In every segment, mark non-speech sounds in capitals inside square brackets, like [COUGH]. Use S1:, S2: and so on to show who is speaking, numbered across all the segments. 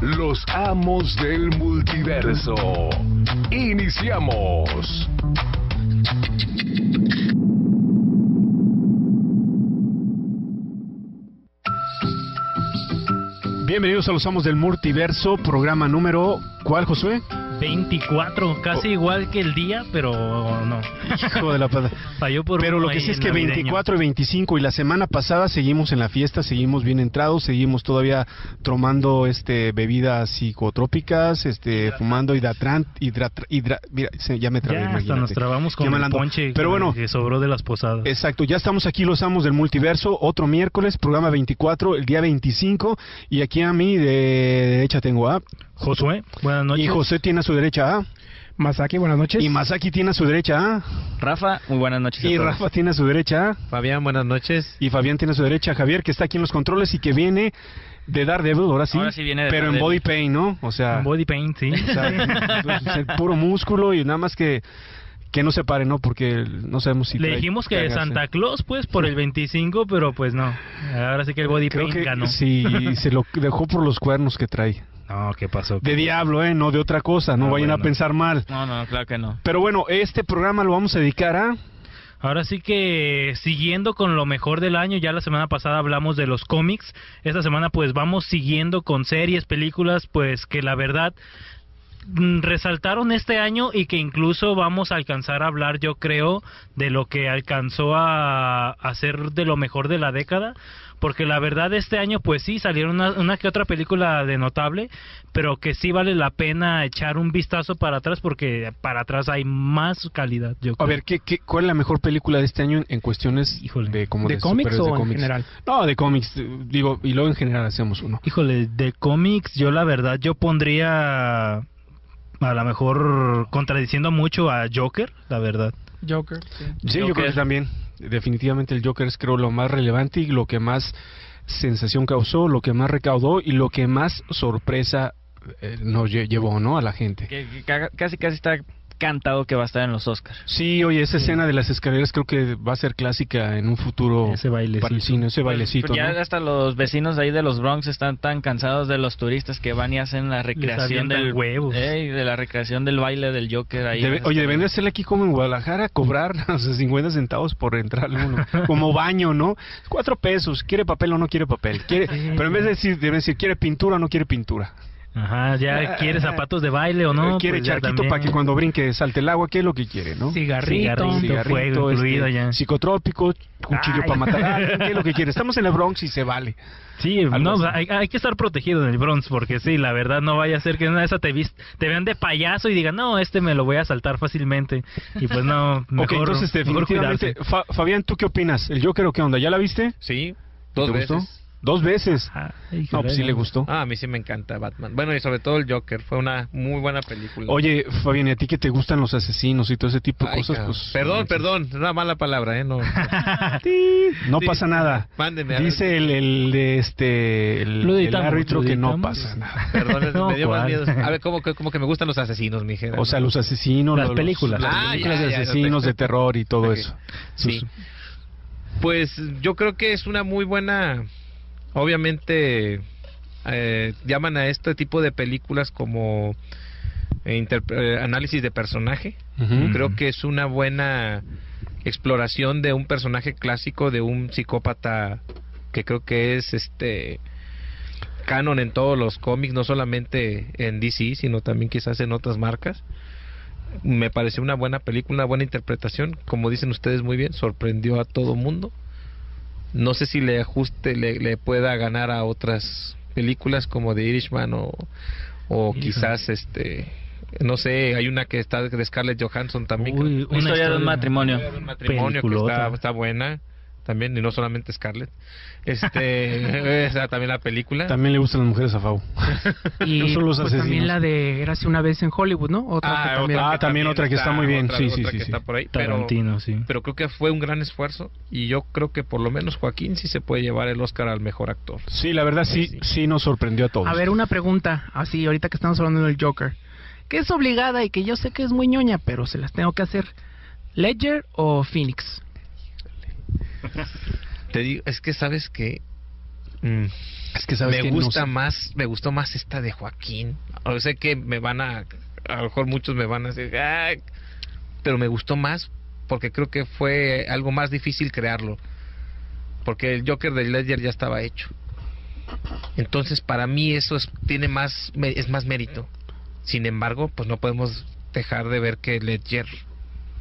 S1: Los amos del multiverso. Iniciamos.
S2: Bienvenidos a los Amos del Multiverso, programa número. ¿Cuál, Josué?
S3: 24,
S2: Oh.
S3: casi igual que el día, pero no.
S2: Hijo de la pata.
S3: Falló [LAUGHS] por
S2: Pero
S3: uno
S2: lo que
S3: ahí
S2: sí es
S3: el
S2: que
S3: navideño.
S2: 24 y 25 y la semana pasada seguimos en la fiesta, seguimos bien entrados, seguimos todavía tomando este bebidas psicotrópicas, este fumando hidratrant, hidrat, hidra- mira, se- ya me trabé,
S3: Ya hasta
S2: imagínate.
S3: nos trabamos
S2: Ya
S3: con
S2: me
S3: el
S2: la ando-
S3: ponche
S2: Pero bueno,
S3: que sobró de las posadas.
S2: Exacto, ya estamos aquí los amos del multiverso, otro miércoles, programa 24, el día 25, y aquí a mi de derecha tengo a,
S3: Josué, buenas noches.
S2: y José tiene a su derecha a,
S4: Masaki, buenas noches.
S2: y Masaki tiene a su derecha a,
S5: Rafa, muy buenas noches. a
S2: y
S5: todos.
S2: Rafa tiene a su derecha a,
S6: Fabián, buenas noches.
S2: y Fabián tiene a su derecha a Javier, que está aquí en los controles y que viene de Daredevil, ahora sí,
S5: Ahora sí viene de
S2: pero en
S5: Daredevil.
S2: body pain, ¿no? O sea,
S3: Body paint,
S2: [LAUGHS]
S3: sí.
S2: o
S3: [LAUGHS]
S2: sea, pues, es el puro músculo y nada más que, que no se pare, ¿no? Porque no sabemos si...
S3: Le
S2: trae- ¿eh?
S3: dijimos que de
S2: traiga-
S3: Santa Claus, pues, por el 25, pero pues no. Ahora sí que el body
S2: Creo
S3: paint
S2: que
S3: ganó.
S2: sí, se lo dejó por los cuernos que trae.
S3: No, ¿qué pasó?
S2: De diablo, ¿eh? No de otra cosa, no
S3: Ah,
S2: vayan a
S3: bueno.
S2: pensar mal.
S5: No, no, claro que no.
S2: Pero bueno, este programa lo vamos a dedicar a...
S3: Ahora sí que siguiendo con lo mejor del año, ya la semana pasada hablamos de los cómics, esta semana pues vamos siguiendo con series, películas, pues que la verdad mm, resaltaron este año y que incluso vamos a alcanzar a hablar yo creo de lo que alcanzó a, a ser de lo mejor de la década porque la verdad este año pues sí salieron una, una que otra película de notable pero que sí vale la pena echar un vistazo para atrás porque para atrás hay más calidad yo
S2: A
S3: creo.
S2: ver, ¿qué, qué, cuál es la mejor película de este año en- en cuestiones
S3: Híjole.
S2: de, como
S4: ¿De cómics
S2: superhéroes,
S4: o en general?
S2: No, de cómics, eh, digo, y luego en general hacemos uno.
S3: Híjole, de cómics, yo la verdad, yo pondría a lo mejor contradiciendo mucho a Joker, la verdad.
S4: Joker. sí.
S2: Sí, yo
S5: Joker.
S2: creo que también, definitivamente el Joker es creo lo más relevante y lo que más sensación causó, lo que más recaudó y lo que más sorpresa eh, nos lle- llevó, ¿no? A la gente.
S5: Que- que ca- casi, casi está cantado que va a estar en los Oscars.
S2: Sí, oye, esa escena de las escaleras creo que va a ser clásica en un futuro
S3: Ese bailecito.
S2: para el cine, ese Este bailecito.
S5: Pues ya
S2: ¿no?
S5: hasta los vecinos de ahí de los Bronx están tan cansados de los turistas que van y hacen la recreación
S3: avientan
S5: del
S3: huevos.
S5: Ey, de la recreación del baile del Joker ahí. este
S2: Debe- oye, deben de hacerle aquí como en Guadalajara, cobrar [LAUGHS] o sea, 50 centavos por entrar
S3: [LAUGHS]
S2: uno, como baño, ¿no? Cuatro pesos, quiere papel o no quiere papel, quiere, pero en vez de decir, deben decir, quiere pintura o no quiere pintura, Eh,
S3: Ajá, ya quiere zapatos de baile o no.
S2: Ah, quiere
S3: Pues ya
S2: charquito
S3: también.
S2: para que cuando brinque salte el agua, ¿qué es lo que quiere, no? este,
S4: Cigarrito.
S3: Cigarrito. fuego incluido ya.
S2: psicotrópico, cuchillo
S3: Ay.
S2: para matar, a alguien, ¿qué es lo que
S3: [LAUGHS]
S2: quiere? Estamos en el Bronx y se vale.
S3: Sí,
S2: Algo
S3: no,
S2: así.
S3: hay, hay que estar protegido en el Bronx porque sí, la verdad no vaya a ser que en una de esas te, vis- te vean de payaso y digan, no, este me lo voy a saltar fácilmente. Y pues no,
S2: [LAUGHS]
S3: mejor,
S2: ok, entonces
S3: mejor
S2: definitivamente,
S3: cuidarse.
S2: Fa- Fabián, ¿tú qué opinas? ¿El Joker o qué onda? ¿Ya la viste?
S6: Sí, dos
S2: ¿Te
S6: veces.
S2: gustó? Dos veces.
S3: Ah, híjole.
S2: No, pues sí le gustó.
S6: Ah, a mí sí me encanta Batman. Bueno, y sobre todo el Joker. Fue una muy buena película.
S2: Oye, Fabián, ¿y a ti que te gustan los asesinos y todo ese tipo de
S6: Ay,
S2: cosas?
S6: cabrón.
S2: Pues,
S6: perdón, perdón. Es una mala palabra, ¿eh? No.
S2: No
S6: Sí.
S2: pasa nada.
S6: Mándeme. a-
S2: Dice el, el de este el,
S3: Lo
S2: el
S3: editamos,
S2: árbitro
S3: lo
S2: que no
S3: editamos.
S2: pasa nada.
S6: Perdón,
S2: [LAUGHS]
S6: es-
S3: No,
S6: me dio más
S3: ¿cuál?
S6: miedo. A ver, como que, como que me gustan los asesinos, mi
S2: O sea, los asesinos,
S3: Las
S2: los-
S3: películas.
S2: las
S6: Ah,
S2: películas
S6: ya,
S2: de
S6: ya,
S2: asesinos de
S6: perfecto.
S2: terror y todo
S6: Ok.
S2: eso.
S6: Sí.
S2: Sus-
S6: Pues yo creo que es una muy buena. Obviamente eh, llaman a este tipo de películas como eh, interpre- eh, análisis de personaje.
S2: Ujú.
S6: Creo que es una buena exploración de un personaje clásico de un psicópata que creo que es este canon en todos los cómics, no solamente en DC, sino también quizás en otras marcas. Me pareció una buena película, una buena interpretación, como dicen ustedes muy bien, sorprendió a todo mundo. No sé si le ajuste, le, le pueda ganar a otras películas como The Irishman o, o
S3: Híjole.
S6: quizás este no sé, hay una que está de Scarlett Johansson también.
S3: Uy,
S6: creo.
S3: una
S5: historia de un matrimonio.
S6: Un matrimonio que
S3: peliculota.
S6: está, está buena. también, y no solamente
S2: [LAUGHS]
S6: Scarlett. Este, o sea, también la película.
S2: También le gustan las mujeres a Fau.
S7: Y
S2: No son los
S7: pues, también
S2: asesinos.
S7: la de Érase una vez en Hollywood, ¿no? Otra
S6: Ah,
S7: que también.
S2: otra. Ah, también otra que está muy bien, sí, sí,
S6: otra
S2: sí,
S6: que
S2: sí.
S6: está por ahí, pero,
S3: Tarantino, sí.
S6: pero creo que fue un gran esfuerzo y yo creo que por lo menos Joaquín sí se puede llevar el Oscar al mejor actor.
S2: Sí, la verdad
S6: Sí,
S2: sí,
S6: sí.
S2: sí nos sorprendió a todos.
S7: A ver, una pregunta, así, ahorita que estamos hablando del Joker, que es obligada y que yo sé que es muy ñoña, pero se las tengo que hacer. ¿Ledger o Phoenix?
S6: Te digo, es que sabes Mm, que
S2: es que sabes
S6: me
S2: que no
S6: gusta
S2: sé.
S6: más, me gustó más esta de Joaquín. O sé que me van a, a lo mejor muchos me van a decir, "Ah", pero me gustó más porque creo que fue algo más difícil crearlo, porque el Joker de Ledger ya estaba hecho. Entonces para mí eso es, tiene más, me- es más mérito. Sin embargo, pues no podemos dejar de ver que Ledger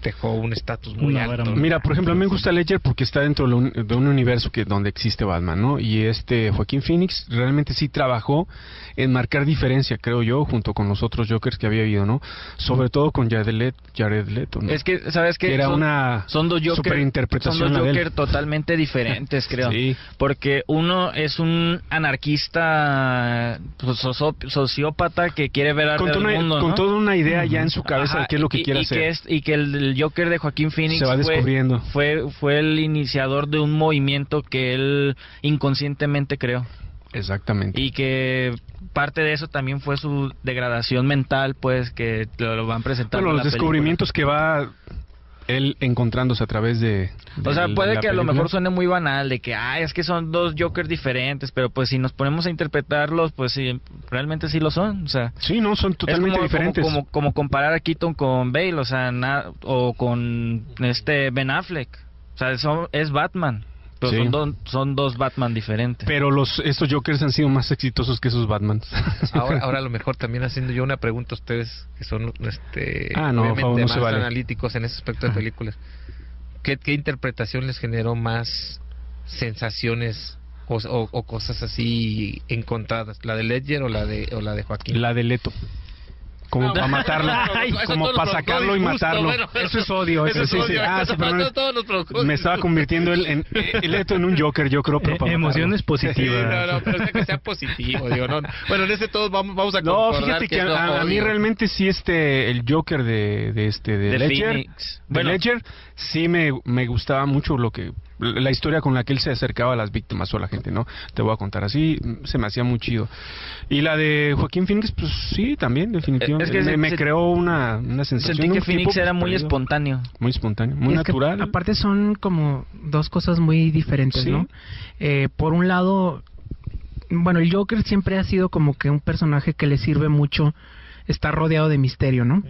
S6: dejó un estatus muy
S3: No, era
S6: alto.
S3: muy-
S2: Mira, por ejemplo, a mí me gusta Ledger porque está dentro de un, de un universo que donde existe Batman, ¿no? Y este Joaquín Phoenix realmente sí trabajó en marcar diferencia, creo yo, junto con los otros Jokers que había habido, ¿no? Sobre todo con Jared Leto, Jared Leto ¿no?
S5: Es que, ¿sabes qué?
S2: Que era
S5: Son-
S2: una
S5: son dos Joker,
S2: superinterpretación
S5: son dos
S2: la de él.
S5: Joker totalmente diferentes,
S2: [LAUGHS]
S5: creo.
S2: Sí.
S5: Porque uno es un anarquista pues, soso- sociópata que quiere ver
S2: con, toda
S5: arte del
S2: una,
S5: mundo, ¿no?
S2: con toda una idea ya en su cabeza
S5: Ajá,
S2: de qué es lo que
S5: y-
S2: quiere
S5: y
S2: hacer.
S5: Que es- y que el, el Joker de Joaquín Phoenix
S2: Se va
S5: fue-
S2: descubriendo.
S5: Fue, fue el iniciador de un movimiento que él inconscientemente creó.
S2: Exactamente.
S5: Y que parte de eso también fue su degradación mental, pues, que lo, lo van presentando
S2: Bueno,
S5: en
S2: los
S5: la película.
S2: descubrimientos que va él encontrándose a través de... de
S5: O sea,
S2: la-
S5: puede
S2: la
S5: que a lo
S2: película.
S5: mejor suene muy banal de que, ay, es que son dos Jokers diferentes, pero pues si nos ponemos a interpretarlos, pues sí, realmente sí lo son. O sea,
S2: Sí, no, son totalmente
S5: es como,
S2: diferentes.
S5: Como, como, como comparar a Keaton con Bale, o sea, na- o con este Ben Affleck. O sea, son- es Batman, pero
S2: Sí.
S5: son, dos- son dos Batman diferentes.
S2: Pero los estos Jokers han sido más exitosos que esos Batmans. [LAUGHS]
S6: Ahora, ahora a lo mejor también haciendo yo una pregunta a ustedes que son este
S2: Ah, no, por
S6: obviamente
S2: favor, no
S6: más
S2: se vale.
S6: analíticos en ese aspecto de películas. ¿Qué, qué interpretación les generó más sensaciones o, o- o cosas así encontradas? ¿La de Ledger o la de o la de Joaquín?
S2: la de Leto. Como para matarlo.
S6: Ay, eso
S2: como
S6: todo
S2: para
S6: lo
S2: sacarlo y
S6: provocó
S2: matarlo.
S6: disgusto, bueno,
S2: eso es
S6: [LAUGHS]
S2: odio.
S6: Eso
S2: Eso,
S6: es
S2: sí, sí.
S6: odio,
S7: Eh,
S2: Ah,
S6: eso
S2: sí, pero no-
S6: todo- todo nos provocó.
S2: me estaba convirtiendo el, en, el Leto en un Joker, yo creo. pero
S3: Eh,
S2: para matarlo.
S3: emociones
S6: Sí,
S3: positivas.
S6: no, no, pero o sea, que sea positivo, digo, no. Bueno, en ese todos vamos, vamos a
S2: No,
S6: concordar
S2: fíjate que,
S6: es lo
S2: a, a mí
S6: odio.
S2: realmente sí este el Joker de, de este de,
S5: De
S2: Ledger,
S5: Phoenix.
S2: de
S5: Bueno.
S2: Ledger, sí me, me gustaba mucho lo que la historia con la que él se acercaba a las víctimas o a la gente, ¿no? Te voy a contar así, mm, se me hacía muy chido. Y la de Joaquín Phoenix, pues sí, también definitivamente
S5: Es que
S2: me,
S5: se-
S2: me
S5: se-
S2: creó una, una sensación
S5: Sentí que
S2: pues, un
S5: Phoenix
S2: tipo
S5: era muy
S2: perdido,
S5: espontáneo.
S2: muy espontáneo, muy
S7: Es que
S2: natural.
S7: aparte son como dos cosas muy diferentes,
S2: Sí.
S7: ¿no? Eh, por un lado, bueno, el Joker siempre ha sido como que un personaje que le sirve mucho estar rodeado de misterio, ¿no?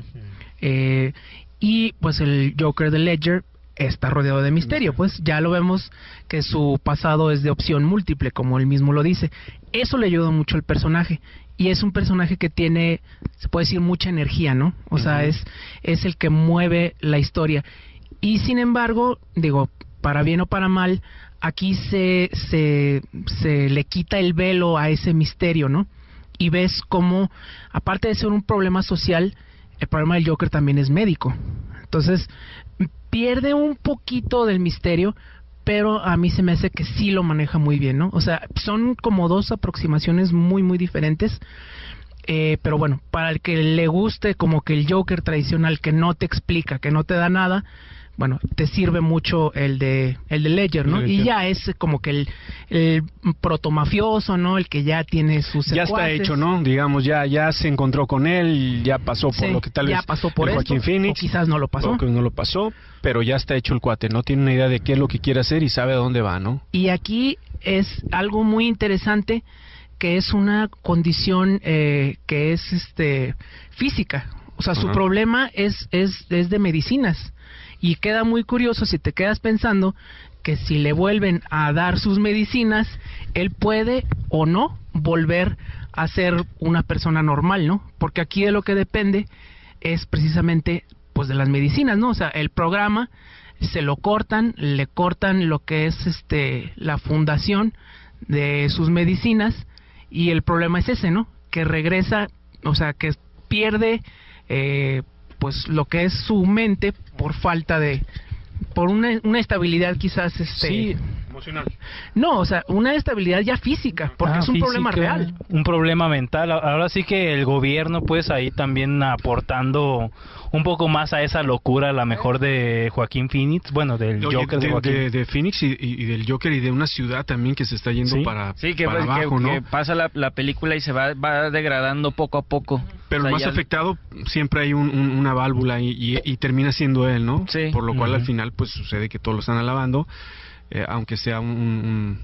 S7: Eh, y pues el Joker de Ledger está rodeado de misterio, pues ya lo vemos que su pasado es de opción múltiple, como él mismo lo dice. Eso le ayudó mucho al personaje y es un personaje que tiene, se puede decir, mucha energía, ¿no? O sea, es, es el que mueve la historia. Y sin embargo, digo, para bien o para mal, aquí se, se, se le quita el velo a ese misterio, ¿no? Y ves cómo, aparte de ser un problema social, el problema del Joker también es médico. Entonces, pierde un poquito del misterio, pero a mí se me hace que sí lo maneja muy bien, ¿no? O sea, son como dos aproximaciones muy, muy diferentes. Eh, pero bueno, para el que le guste como que el Joker tradicional que no te explica, que no te da nada, bueno, te sirve mucho el de el de Ledger, ¿no?
S2: El de
S7: Y
S2: Ledger.
S7: ya es como que el, el eh, protomafioso, ¿no? El que ya tiene sus
S2: ya está
S7: secuaces.
S2: hecho, ¿no? Digamos, ya ya se encontró con él, ya pasó por
S7: Sí,
S2: lo que tal
S7: ya
S2: vez
S7: pasó por
S2: el
S7: esto,
S2: Joaquín Phoenix
S7: o quizás no lo pasó.
S2: O que no lo pasó, pero ya está hecho el cuate, no tiene una idea de qué es lo que quiere hacer y sabe a dónde va, ¿no?
S7: Y aquí es algo muy interesante que es una condición eh, que es este física. O sea, su
S2: Ajá.
S7: problema es, es, es de medicinas. Y queda muy curioso si te quedas pensando que si le vuelven a dar sus medicinas, él puede o no volver a ser una persona normal, ¿no? Porque aquí de lo que depende es precisamente pues de las medicinas, ¿no? O sea, el programa se lo cortan, le cortan lo que es este la fundación de sus medicinas y el problema es ese, ¿no? Que regresa, o sea, que pierde eh, pues lo que es su mente por falta de por una, una estabilidad quizás este
S2: Sí, emocional.
S7: no o sea una estabilidad ya física porque
S3: Ah,
S7: es un
S3: física,
S7: problema real
S3: Un problema mental. A- Ahora sí que el gobierno, pues ahí también aportando un poco más a esa locura, a la mejor de Joaquín Phoenix, bueno, del
S2: Oye,
S3: Joker de
S2: de,
S3: Joaquín.
S2: de- de Phoenix y, y- y del Joker y de una ciudad también que se está yendo
S3: Sí.
S2: para,
S5: Sí, que,
S2: para
S5: pues, que-
S2: abajo, ¿no?
S5: que pasa la, la película y se va, va degradando poco a poco.
S2: Pero
S5: O sea,
S2: el más
S5: ya-
S2: afectado siempre hay un- un- una válvula y, y- y termina siendo él, ¿no?
S5: Sí.
S2: Por lo cual al
S3: Ujú.
S2: final pues sucede que todos lo están alabando, eh, aunque sea un, un-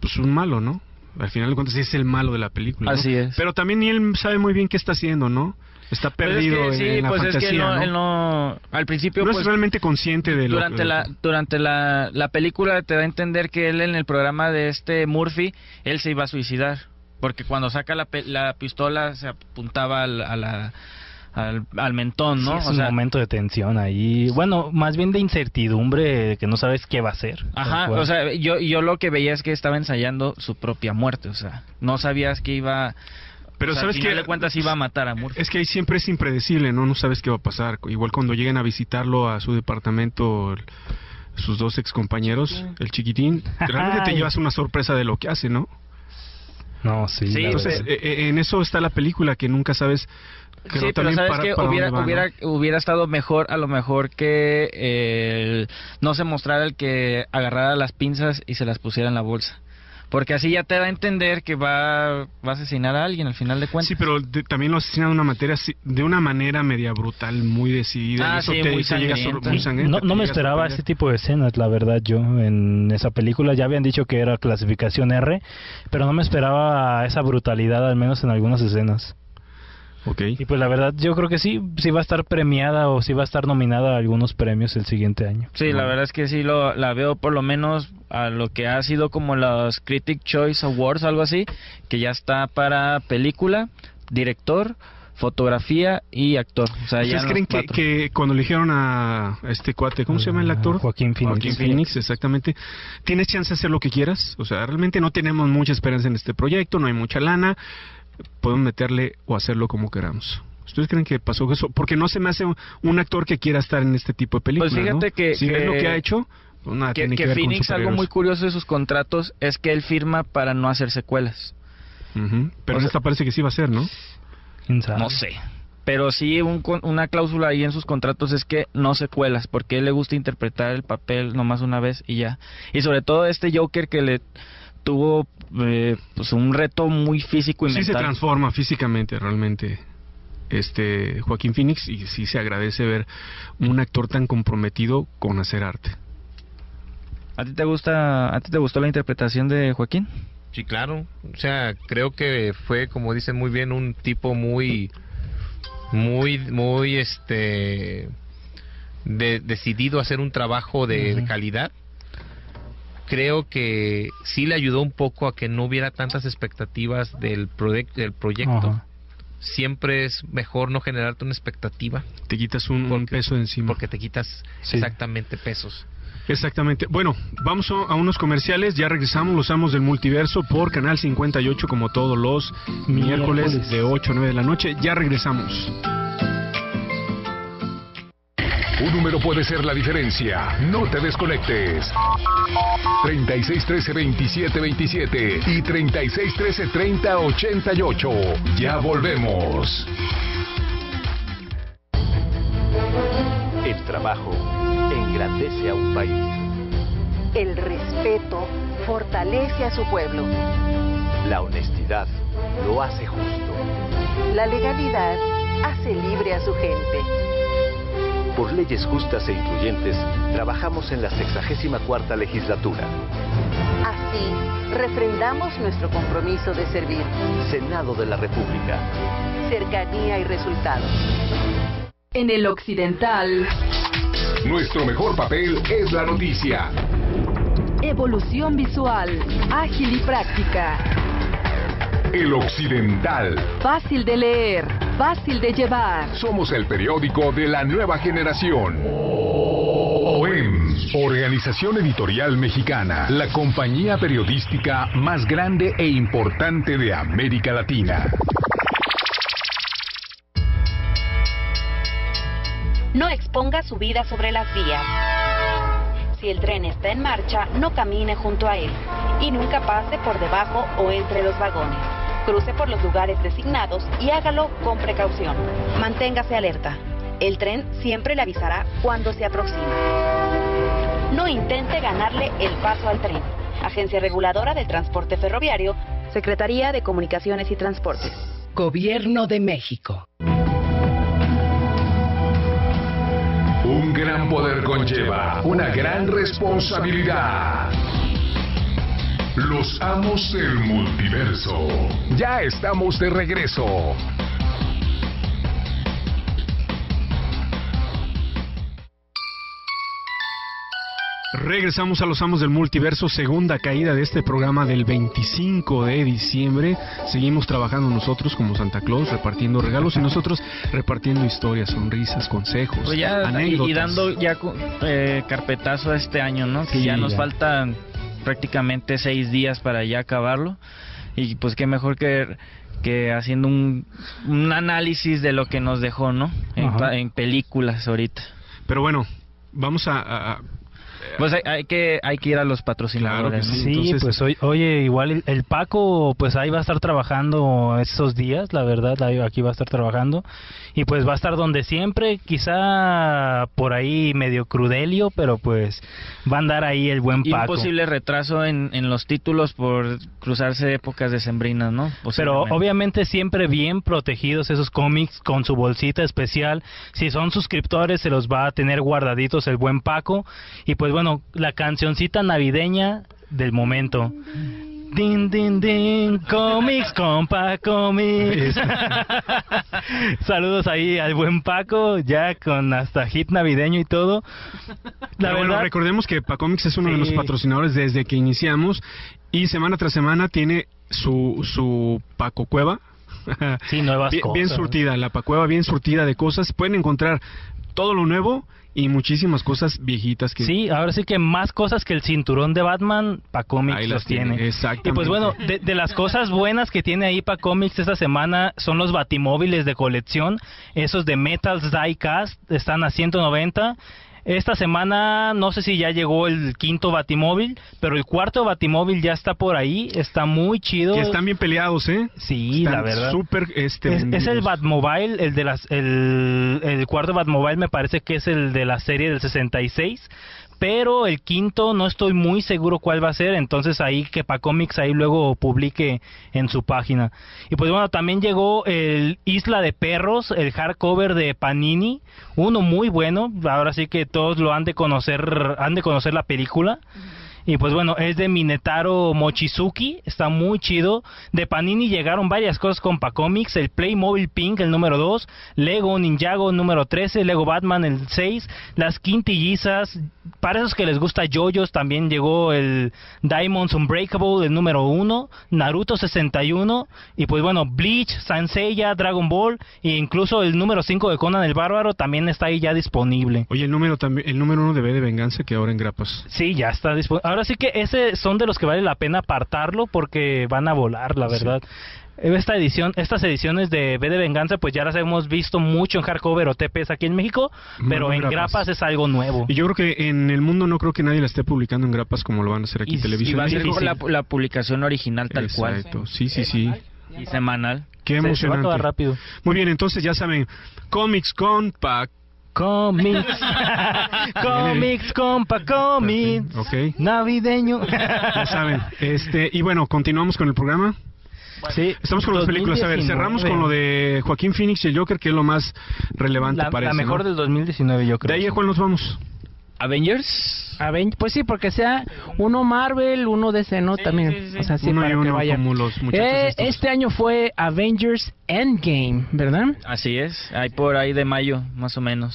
S2: pues un malo, ¿no? Al final de cuentas es el malo de la película. ¿no?
S5: Así es.
S2: Pero también ni él sabe muy bien qué está haciendo, ¿no? Está
S5: Pues es
S2: perdido
S5: que
S2: en,
S5: sí,
S2: en la
S5: pues es que
S2: fantasía,
S5: él no,
S2: ¿no?
S5: él no- Al principio,
S2: No es
S5: pues,
S2: realmente consciente de lo
S5: durante
S2: de-
S5: la durante la, la película te da a entender que él en el programa de este Murphy él se iba a suicidar porque cuando saca la, pe- la pistola se apuntaba al, a la- al, al mentón
S3: Sí,
S5: no
S3: es
S5: O
S3: un
S5: sea,
S3: momento de tensión ahí. Bueno, más bien de incertidumbre, de que no sabes qué va a hacer.
S5: ajá
S3: Tal cual.
S5: o sea yo yo lo que veía es que estaba ensayando su propia muerte o sea no sabías que iba
S2: Pero
S5: o sea,
S2: sabes
S5: al
S2: que
S5: final de cuentas iba a matar a Murphy
S2: Es que ahí siempre es impredecible, ¿no? No sabes qué va a pasar. Igual cuando llegan a visitarlo a su departamento el- sus dos excompañeros, el chiquitín, realmente te
S3: Ay.
S2: llevas una sorpresa de lo que hace, ¿no?
S3: No, sí.
S5: Sí,
S3: la
S2: Entonces,
S3: verdad.
S2: eh, eh, en eso está la película, que nunca sabes... creo,
S5: sí, pero
S2: también
S5: sabes
S2: para-
S5: que
S2: para
S5: hubiera,
S2: dónde va, ¿no?
S5: hubiera, hubiera estado mejor a lo mejor que eh, el- no se mostrara el que agarrara las pinzas y se las pusiera en la bolsa. Porque así ya te da a entender que va, va a asesinar a alguien al final de cuentas.
S2: Sí, pero de- también lo asesina de una, materia, así- de una manera media brutal, muy decidida.
S5: Ah,
S2: y eso
S5: sí,
S2: te,
S5: muy
S2: te llega a sor-
S5: sangrienta.
S2: muy
S5: Sí,
S2: sangrienta,
S3: No,
S2: te
S3: no me
S2: llega a
S3: esperaba
S2: sorprender.
S3: ese tipo de escenas, la verdad, yo en esa película. Ya habían dicho que era clasificación R, pero no me esperaba esa brutalidad, al menos en algunas escenas.
S2: Ok.
S3: Y pues la verdad, yo creo que sí, sí va a estar premiada o sí va a estar nominada a algunos premios el siguiente año.
S5: Sí, la verdad es que sí lo, la veo por lo menos a lo que ha sido como los Critic Choice Awards, algo así, que ya está para película, director, fotografía y actor. O sea, ya
S2: ¿Ustedes
S5: los
S2: creen Pues que,
S5: cuatro.
S2: que cuando eligieron a a este cuate, ¿cómo se llama el
S3: Ah,
S2: actor?
S3: Joaquín Phoenix.
S2: Joaquín Phoenix, exactamente. Tienes chance de hacer lo que quieras. O sea, realmente no tenemos mucha esperanza en este proyecto, no hay mucha lana. Podemos meterle o hacerlo como queramos. ¿Ustedes creen que pasó eso? Porque no se me hace un- un actor que quiera estar en este tipo de películas.
S5: Pues fíjate
S2: ¿no?
S5: que-
S2: si
S5: que-
S2: ves lo que ha hecho, pues nada,
S5: que,
S2: tiene que,
S5: que
S2: ver con
S5: Phoenix, algo muy
S2: superhéroes.
S5: curioso de sus contratos es que él firma para no hacer secuelas.
S2: Ujú. Pero
S5: o sea-
S2: esta parece que sí va a ser, ¿no?
S3: ¿Quién
S2: Ah.
S3: sabe?
S5: No sé. Pero sí, un con- una cláusula ahí en sus contratos es que no secuelas, porque a él le gusta interpretar el papel nomás una vez y ya. Y sobre todo este Joker que le tuvo eh, pues un reto muy físico y
S2: Sí se
S5: mental.
S2: transforma físicamente realmente este Joaquín Phoenix y sí se agradece ver un actor tan comprometido con hacer arte.
S5: ¿A ti te gusta, a ti te gustó la interpretación de Joaquín?
S6: Sí, claro. O sea, creo que fue, como dicen muy bien, un tipo muy, muy, muy, este, de- decidido a hacer un trabajo de, de calidad. Creo que sí le ayudó un poco a que no hubiera tantas expectativas del, proyec- del proyecto.
S3: Ajá.
S6: Siempre es mejor no generarte una expectativa
S2: Te quitas un, un peso de encima.
S6: porque te quitas
S3: Sí.
S6: exactamente pesos.
S2: Exactamente. Bueno, vamos a a unos comerciales, ya regresamos, los amos del multiverso por Canal 58 como todos los miércoles,
S3: Miércoles.
S2: de 8 a 9 de la noche, ya regresamos.
S1: Un número puede ser la diferencia. No te desconectes. 3613-2727 y 3613-3088. Ya volvemos.
S8: El trabajo engrandece a un país.
S9: El respeto fortalece a su pueblo.
S8: La honestidad lo hace justo.
S9: La legalidad hace libre a su gente.
S8: Por leyes justas e incluyentes, trabajamos en la 64 legislatura.
S9: Así, refrendamos nuestro compromiso de servir,
S8: Senado de la República.
S9: cercanía y resultados. En el occidental,
S1: Nuestro mejor papel es la noticia.
S9: evolución visual, ágil y práctica,
S1: El Occidental.
S9: fácil de leer, fácil de llevar.
S1: Somos el periódico de la nueva generación. OEM, Organización Editorial Mexicana, la compañía periodística más grande e importante de América Latina.
S10: No exponga su vida sobre las vías.
S9: si el tren está en marcha, no camine junto a él y nunca pase por debajo o entre los vagones. Cruce por los lugares designados y hágalo con precaución. Manténgase alerta. El tren siempre le avisará cuando se aproxima. No intente ganarle el paso al tren. Agencia Reguladora del Transporte Ferroviario, Secretaría de Comunicaciones y Transportes.
S10: Gobierno de México.
S1: Un gran poder conlleva una gran responsabilidad. Los amos del multiverso. Ya estamos de regreso.
S2: Regresamos a los amos del multiverso, segunda caída de este programa del 25 de diciembre. Seguimos trabajando nosotros como Santa Claus, repartiendo regalos y nosotros repartiendo historias, sonrisas, consejos,
S5: Pues ya,
S2: anécdotas.
S5: y, y dando ya cu- eh, carpetazo a este año, ¿no? Que
S2: Sí,
S5: ya nos
S2: ya.
S5: faltan prácticamente seis días para ya acabarlo. Y pues qué mejor que, que haciendo un, un análisis de lo que nos dejó, ¿no? En,
S2: Ajá.
S5: pa- en películas ahorita.
S2: Pero bueno, vamos a... a- a-
S5: Pues hay, hay que hay que ir a los patrocinadores.
S2: Claro que sí.
S5: ¿no?
S3: Sí,
S2: Entonces-
S3: pues oy- oye, igual el, el Paco, pues ahí va a estar trabajando estos días, la verdad, ahí- aquí va a estar trabajando. Y pues va a estar donde siempre, quizá por ahí medio crudelio, pero pues va a andar ahí el buen
S5: Y un
S3: Paco.
S5: posible retraso en, en los títulos por cruzarse épocas decembrinas, ¿no?
S3: Pero
S5: Posiblemente.
S3: obviamente siempre bien protegidos esos cómics con su bolsita especial. Si son suscriptores se los va a tener guardaditos el buen Paco. Y pues bueno, la cancioncita navideña del momento. Din, din, din, cómics, compa, cómics. [LAUGHS] Saludos ahí al buen Paco, ya con hasta hit navideño y todo. La
S2: Pero bueno,
S3: verdad,
S2: recordemos que Pacomics es uno de
S3: Sí.
S2: los patrocinadores desde que iniciamos y semana tras semana tiene su, su Paco Cueva.
S3: [LAUGHS] sí, nuevas
S2: bien,
S3: cosas.
S2: bien surtida, la pacueva bien surtida de cosas. Pueden encontrar todo lo nuevo y muchísimas cosas viejitas que
S3: Sí, ahora sí que más cosas que el cinturón de Batman, Pacomics
S2: Ahí
S3: los
S2: las tiene,
S3: tiene.
S2: exactamente.
S3: Y pues bueno, de, de las cosas buenas que tiene ahí Pacomics esta semana son los batimóviles de colección, esos de Metals Diecast, están a 190. Esta semana no sé si ya llegó el quinto batimóvil, pero el cuarto batimóvil ya está por ahí, está muy chido.
S2: que están bien peleados, ¿eh?
S3: sí,
S2: Están
S3: la verdad.
S2: Súper este
S3: Es, es el
S2: vendidos.
S3: Batmobile, el de las, el, el cuarto Batmobile me parece que es el de la serie del 66, pero el quinto no estoy muy seguro cuál va a ser, entonces ahí que Pacomics ahí luego publique en su página. Y pues bueno, también llegó el Isla de Perros, el hardcover de Panini, uno muy bueno, ahora sí que todos lo han de conocer, han de conocer la película. Y pues bueno, es de Minetaro Mochizuki, está muy chido. De Panini llegaron varias cosas con Pacomics, el Playmobil Pink, el número 2, Lego Ninjago, número 13, Lego Batman, el 6, las quintillizas, para esos que les gusta Yoyos también llegó el Diamonds Unbreakable, el número 1, Naruto 61, y pues bueno, Bleach, Sanseiya, Dragon Ball, e incluso el número 5 de Conan el Bárbaro también está ahí ya disponible.
S2: Oye, el número también el número uno de B de Venganza que ahora en grapas.
S3: Sí, ya está disponible. Ahora sí que ese son de los que vale la pena apartarlo porque van a volar, la verdad. Esta edición, estas ediciones de B de Venganza, pues ya las hemos visto mucho en hardcover o TPS aquí en México,
S2: No
S3: pero
S2: en
S3: en
S2: grapas.
S3: grapas. es algo nuevo.
S2: Y yo creo que en el mundo no creo que nadie la esté publicando en grapas como lo van a hacer aquí
S5: Y,
S2: en
S5: y
S2: televisión.
S5: va a ser
S2: México.
S5: la, la publicación original tal cual.
S2: Exacto. Sí,
S7: Eh,
S2: sí, sí.
S5: Y semanal.
S2: Qué
S3: Se- se va
S2: emocionante.
S3: todo rápido.
S2: Muy bien, entonces ya saben, Comics con Pac. [LAUGHS]
S3: Comics, [LAUGHS] comics, compa, comics,
S2: Ok.
S3: navideño.
S2: Ya saben.
S3: [LAUGHS]
S2: Este, y bueno, continuamos con el programa.
S3: sí,
S2: Estamos con las películas. A ver, cerramos con lo de Joaquín Phoenix y el Joker, que es lo más relevante
S3: la,
S2: parece.
S3: la mejor
S2: ¿no?
S3: del 2019, yo creo.
S2: De ahí a cuál nos vamos.
S5: Avengers.
S7: Aven- pues sí, porque sea uno Marvel, uno DC, ¿no? También. O sea, sí,
S2: uno y
S7: para que
S2: uno
S7: vaya.
S2: como los muchachos.
S7: Eh,
S2: estos.
S7: este año fue Avengers Endgame, ¿verdad?
S3: Ah.
S5: Así es, hay por ahí de mayo, más o menos.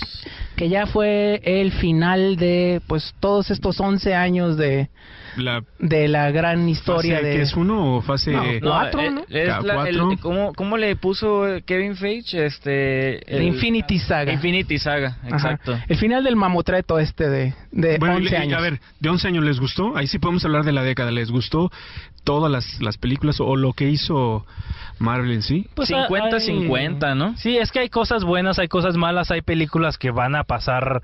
S7: Que ya fue el final de, pues, todos estos 11 años de,
S2: La
S7: de la gran historia
S2: fase
S7: de...
S2: que es uno o fase
S7: No, no, Cuatro,
S5: eh,
S7: ¿no?
S5: es
S2: Ah,
S5: la- el-
S2: cuatro.
S5: ¿cómo, cómo le puso eh, Kevin Feige? Este,
S7: de
S5: el-
S7: Infinity Saga.
S5: Infinity Saga,
S7: Ajá.
S5: exacto.
S7: El final del mamotreto este de, de
S2: bueno,
S7: 11
S2: le-
S7: años.
S2: a ver, de 11 años les gustó, ahí sí podemos hablar de la década, les gustó todas las, las películas o lo que hizo Marvel en sí.
S3: Pues,
S5: 50-50, ¿no?
S3: Sí, es que hay cosas buenas, hay cosas malas, hay películas que van a pasar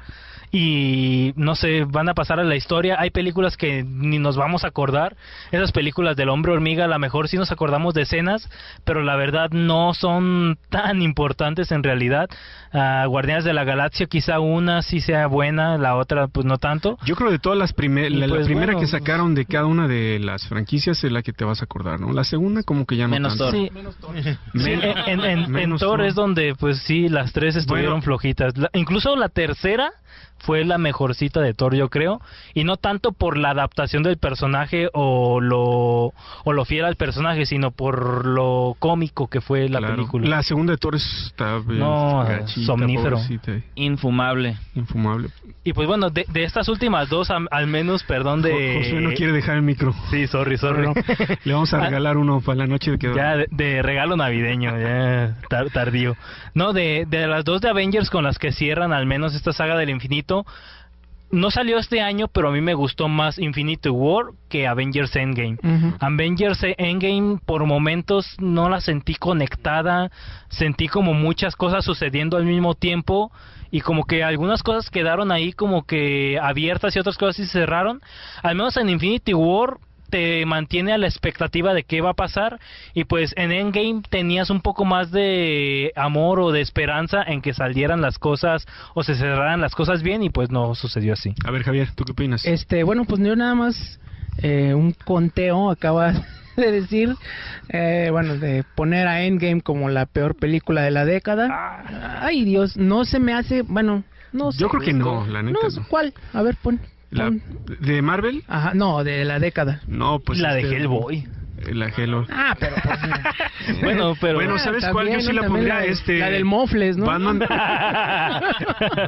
S3: y no sé, van a pasar a la historia, hay películas que ni nos vamos a acordar, esas películas del hombre hormiga a lo mejor sí nos acordamos de escenas, pero la verdad no son tan importantes en realidad. Ah, Guardianes de la Galaxia quizá una sí sea buena, la otra pues no tanto.
S2: Yo creo de todas las primeras,
S3: Y
S2: la, la
S3: pues,
S2: primera
S3: bueno,
S2: que
S3: pues-
S2: sacaron de cada una de las franquicias es la que te vas a acordar, ¿no? La segunda como que ya no
S5: Menos
S2: tanto.
S5: Thor.
S3: Sí. Sí, en,
S2: Menos-
S3: en, en- en
S2: menos
S3: Thor
S2: Thor.
S3: es donde, pues sí, las tres estuvieron
S2: Bueno.
S3: flojitas. La- incluso la tercera fue la mejorcita de Thor, yo creo. Y no tanto por la adaptación del personaje o lo, o lo fiel al personaje, sino por lo cómico que fue la
S2: Claro.
S3: película.
S2: La segunda de Thor está bien
S3: No, somnífero.
S2: pobrecita, eh.
S5: Infumable.
S2: infumable.
S3: Y pues bueno, de, de estas últimas dos, am- al menos, perdón de...
S2: Jo- Josué no quiere dejar el micro.
S3: Sí,
S2: [LAUGHS]
S3: sorry, sorry.
S2: No, Le vamos a regalar uno para la noche de que
S3: Ah. Ya, de, de regalo navideño, ya tar- tardío. No, de, de las dos de Avengers con las que cierran al menos esta saga del infinito, no salió este año, pero a mí me gustó más Infinity War que Avengers Endgame.
S7: Ujú.
S3: Avengers Endgame por momentos no la sentí conectada, sentí como muchas cosas sucediendo al mismo tiempo y como que algunas cosas quedaron ahí como que abiertas y otras cosas sí se cerraron. Al menos en Infinity War te mantiene a la expectativa de qué va a pasar y pues en Endgame tenías un poco más de amor o de esperanza en que salieran las cosas o se cerraran las cosas bien y pues no sucedió así.
S2: A ver, Javier, ¿tú qué opinas?
S7: Este, bueno, pues yo nada más eh, un conteo acaba [LAUGHS] de decir, eh, bueno, de poner a Endgame como la peor película de la década. Ay, Dios, no se me hace, bueno, no sé.
S2: Ah. Yo creo que no, la neta.
S7: No,
S2: no.
S7: ¿cuál? A ver, pon.
S2: La-
S7: pon.
S2: ¿De Marvel?
S7: Ajá, no, de la década.
S2: No, pues.
S3: la
S2: este, [LAUGHS]
S3: de Hellboy.
S2: La Hello.
S7: Ah, pero pues, mira. Ah,
S3: Bueno, pero
S2: [LAUGHS] Bueno, ¿sabes cuál? Yo
S7: También,
S2: sí
S7: ¿no?
S2: la
S7: También
S2: pondría.
S7: la de-
S2: este,
S7: la del Mofles, pues
S3: [LAUGHS]
S7: ¿no?
S2: Batman,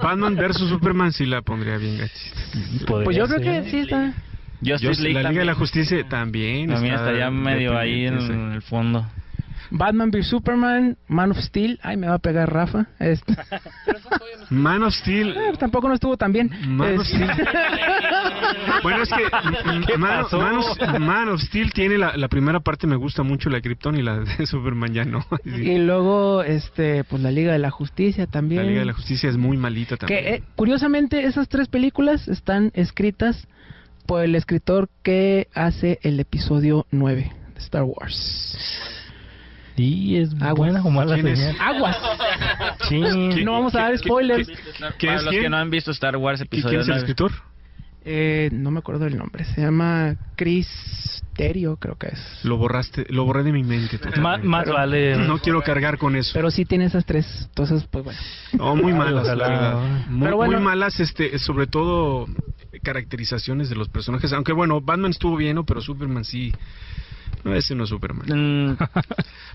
S2: Batman versus Superman sí la pondría bien gachista.
S7: pues yo creo que sí está.
S2: Yo,
S5: Justice
S2: sí, la
S5: League
S2: Liga de la
S5: también,
S2: Justicia también.
S5: también
S2: está
S5: estaría medio ahí en,
S2: deprimente, sí.
S5: el fondo.
S7: Batman v Superman, Man of Steel. Ay, me va a pegar Rafa. Este. [LAUGHS]
S2: Man of Steel.
S7: Ah, tampoco no estuvo tan bien. Este,
S2: Man of
S7: Es-
S2: Steel. Bueno, es
S5: [LAUGHS]
S2: que Man,
S3: pasó?
S2: Man of, Man of Steel tiene la, la primera parte, me gusta mucho la de Krypton y la de [LAUGHS] Superman ya no.
S7: y luego, este, pues la Liga de la Justicia también.
S2: La Liga de la Justicia es muy malita también.
S7: Que eh, curiosamente esas tres películas están escritas por el escritor que hace el episodio 9 de Star Wars.
S3: Sí, es buena o mala
S2: ¿Quién es?
S3: señal.
S7: Aguas.
S3: Chin.
S7: No vamos a dar spoilers.
S2: ¿Qué
S5: Para
S2: es
S5: los
S2: quién?
S5: que no han visto Star Wars
S2: ¿Y quién
S5: episodio
S2: es el
S5: 9.
S2: escritor?
S7: Eh, no me acuerdo el nombre. Se llama Chris Terrio, creo que es.
S2: Lo borraste, lo borré de mi mente.
S3: Ma-
S2: totalmente.
S3: más
S5: eh,
S3: vale.
S2: No quiero cargar con eso.
S7: Pero sí tiene esas tres. Entonces, pues bueno.
S2: No,
S5: Ah,
S2: muy malas, la
S3: Ojalá.
S2: verdad. Muy,
S7: Pero bueno.
S2: muy malas, este, sobre todo caracterizaciones de los personajes. Aunque bueno, Batman estuvo bien, ¿no? Pero Superman sí. No, ese no es Superman.
S5: Mm,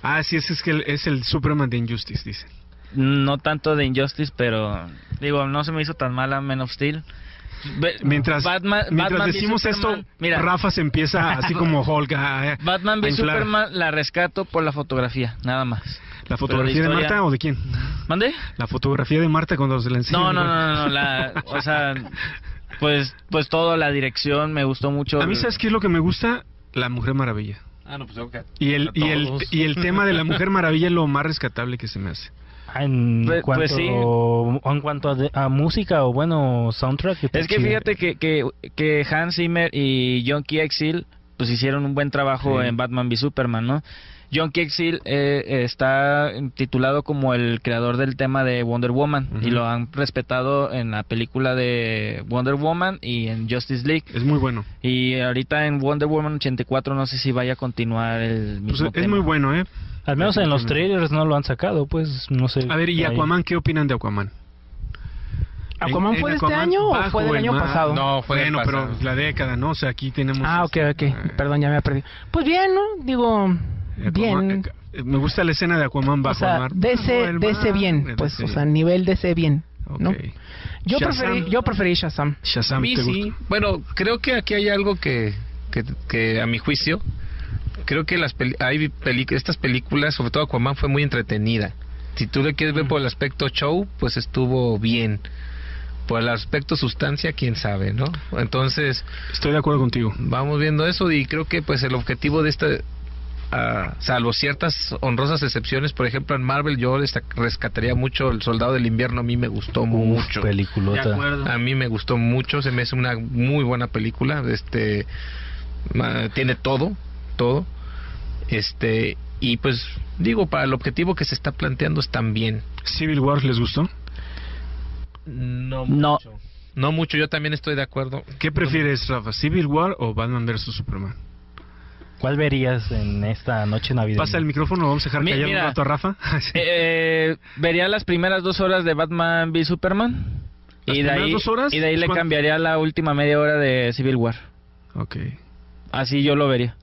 S2: Ah, sí, ese es, que el- es el Superman de Injustice, dicen.
S5: no tanto de Injustice, pero digo, no se me hizo tan mala Man of Steel. Ve-
S2: Mientras,
S5: Batman-
S2: mientras
S5: Batman v
S2: decimos esto,
S5: Superman- mira,
S2: Rafa se empieza así
S5: [LAUGHS]
S2: como Hulk. ah, eh. a- a
S5: Batman v
S2: inflar.
S5: Superman la rescato por la fotografía, nada más.
S2: ¿La fotografía de
S5: historia-
S2: Marta o de quién?
S5: ¿Mande?
S2: ¿La fotografía de Marta cuando se la enseñan?
S5: No, no, no, no, no, la, o [LAUGHS] sea, pues, pues todo, la dirección, me gustó mucho.
S2: A mí, ¿sabes qué es lo que me gusta? La Mujer Maravilla.
S6: Ah, no, pues
S2: Y el, y, el,
S6: todos.
S2: y el tema de la Mujer Maravilla es lo más rescatable que se me hace.
S3: Ah, En
S5: Pues-
S3: cuanto,
S5: pues sí.
S3: en cuanto a, de- a música o bueno, soundtrack. está
S5: Es que
S3: chido.
S5: fíjate que, que, que Hans Zimmer y John Exil pues hicieron un buen trabajo
S2: Sí.
S5: en Batman v Superman, ¿no? John Exil está titulado como el creador del tema de Wonder Woman
S2: Ujú.
S5: y lo han respetado en la película de Wonder Woman y en Justice League
S2: Es muy bueno.
S5: y ahorita en Wonder Woman 84 no sé si vaya a continuar el
S2: Pues
S5: mismo
S2: es
S5: tema.
S2: muy bueno, ¿eh?
S3: Al menos en los trailers no lo han sacado, pues no sé.
S2: A ver, ¿y
S3: ahí.
S2: Aquaman qué opinan de Aquaman?
S7: ¿Aquaman
S2: En-
S7: fue
S2: en
S7: de este
S2: Aquaman
S7: año o
S2: bajo
S7: fue del
S2: el
S7: año
S2: mar.
S7: pasado?
S6: No, fue del
S2: bueno, pero
S6: pasado.
S2: la década, ¿no? O sea, aquí tenemos... este,
S7: Ah, ok, ok. Perdón, ya me había perdido. Pues bien, ¿no? Digo,
S2: Aquaman-
S7: bien.
S2: eh, Me gusta la escena de Aquaman
S7: O
S2: bajo el
S7: sea,
S2: mar. Bajo
S7: DC,
S2: el
S7: DC
S2: mar.
S7: bien.
S2: Eh,
S7: Pues, o
S2: DC.
S7: sea, nivel DC bien.
S2: Ok.
S7: ¿no? Yo,
S2: Shazam.
S7: preferí, yo preferí Shazam.
S2: Shazam,
S6: mí
S2: ¿te
S6: sí.
S2: gusta?
S6: Bueno, creo que aquí hay algo que, que, que a mi juicio, creo que las peli- hay peli- estas películas, sobre todo Aquaman, fue
S2: Mm.
S6: muy entretenida. Si tú lo quieres ver por el aspecto show, pues estuvo bien. Por el aspecto sustancia, quién sabe, ¿no? Entonces,
S2: Estoy de acuerdo contigo.
S6: vamos viendo eso y creo que pues el objetivo de esta ah, salvo ciertas honrosas excepciones por ejemplo en Marvel yo les rescataría mucho el Soldado del Invierno a mí me gustó mucho
S3: De
S5: Peliculota.
S3: acuerdo.
S6: a mí me gustó mucho se me hace una muy buena película este ma- tiene todo todo este y pues digo para el objetivo que se está planteando están bien
S2: Civil War les gustó.
S6: no
S5: No.
S6: no mucho yo también estoy de acuerdo
S2: ¿Qué prefieres, Rafa? Civil War o Batman vs Superman?
S5: ¿Cuál verías en esta noche navideña?
S2: Pasa el micrófono, vamos a dejar
S5: Mi-
S2: callar un
S5: mira.
S2: rato a Rafa. [LAUGHS] Ah,
S5: Eh, vería las primeras dos horas de Batman v Superman.
S2: ¿Las
S5: Y de,
S2: primeras
S5: ahí,
S2: dos horas?
S5: y de ahí le
S2: ¿Cuánto?
S5: cambiaría la última media hora de Civil War.
S2: ok.
S5: Así yo lo vería.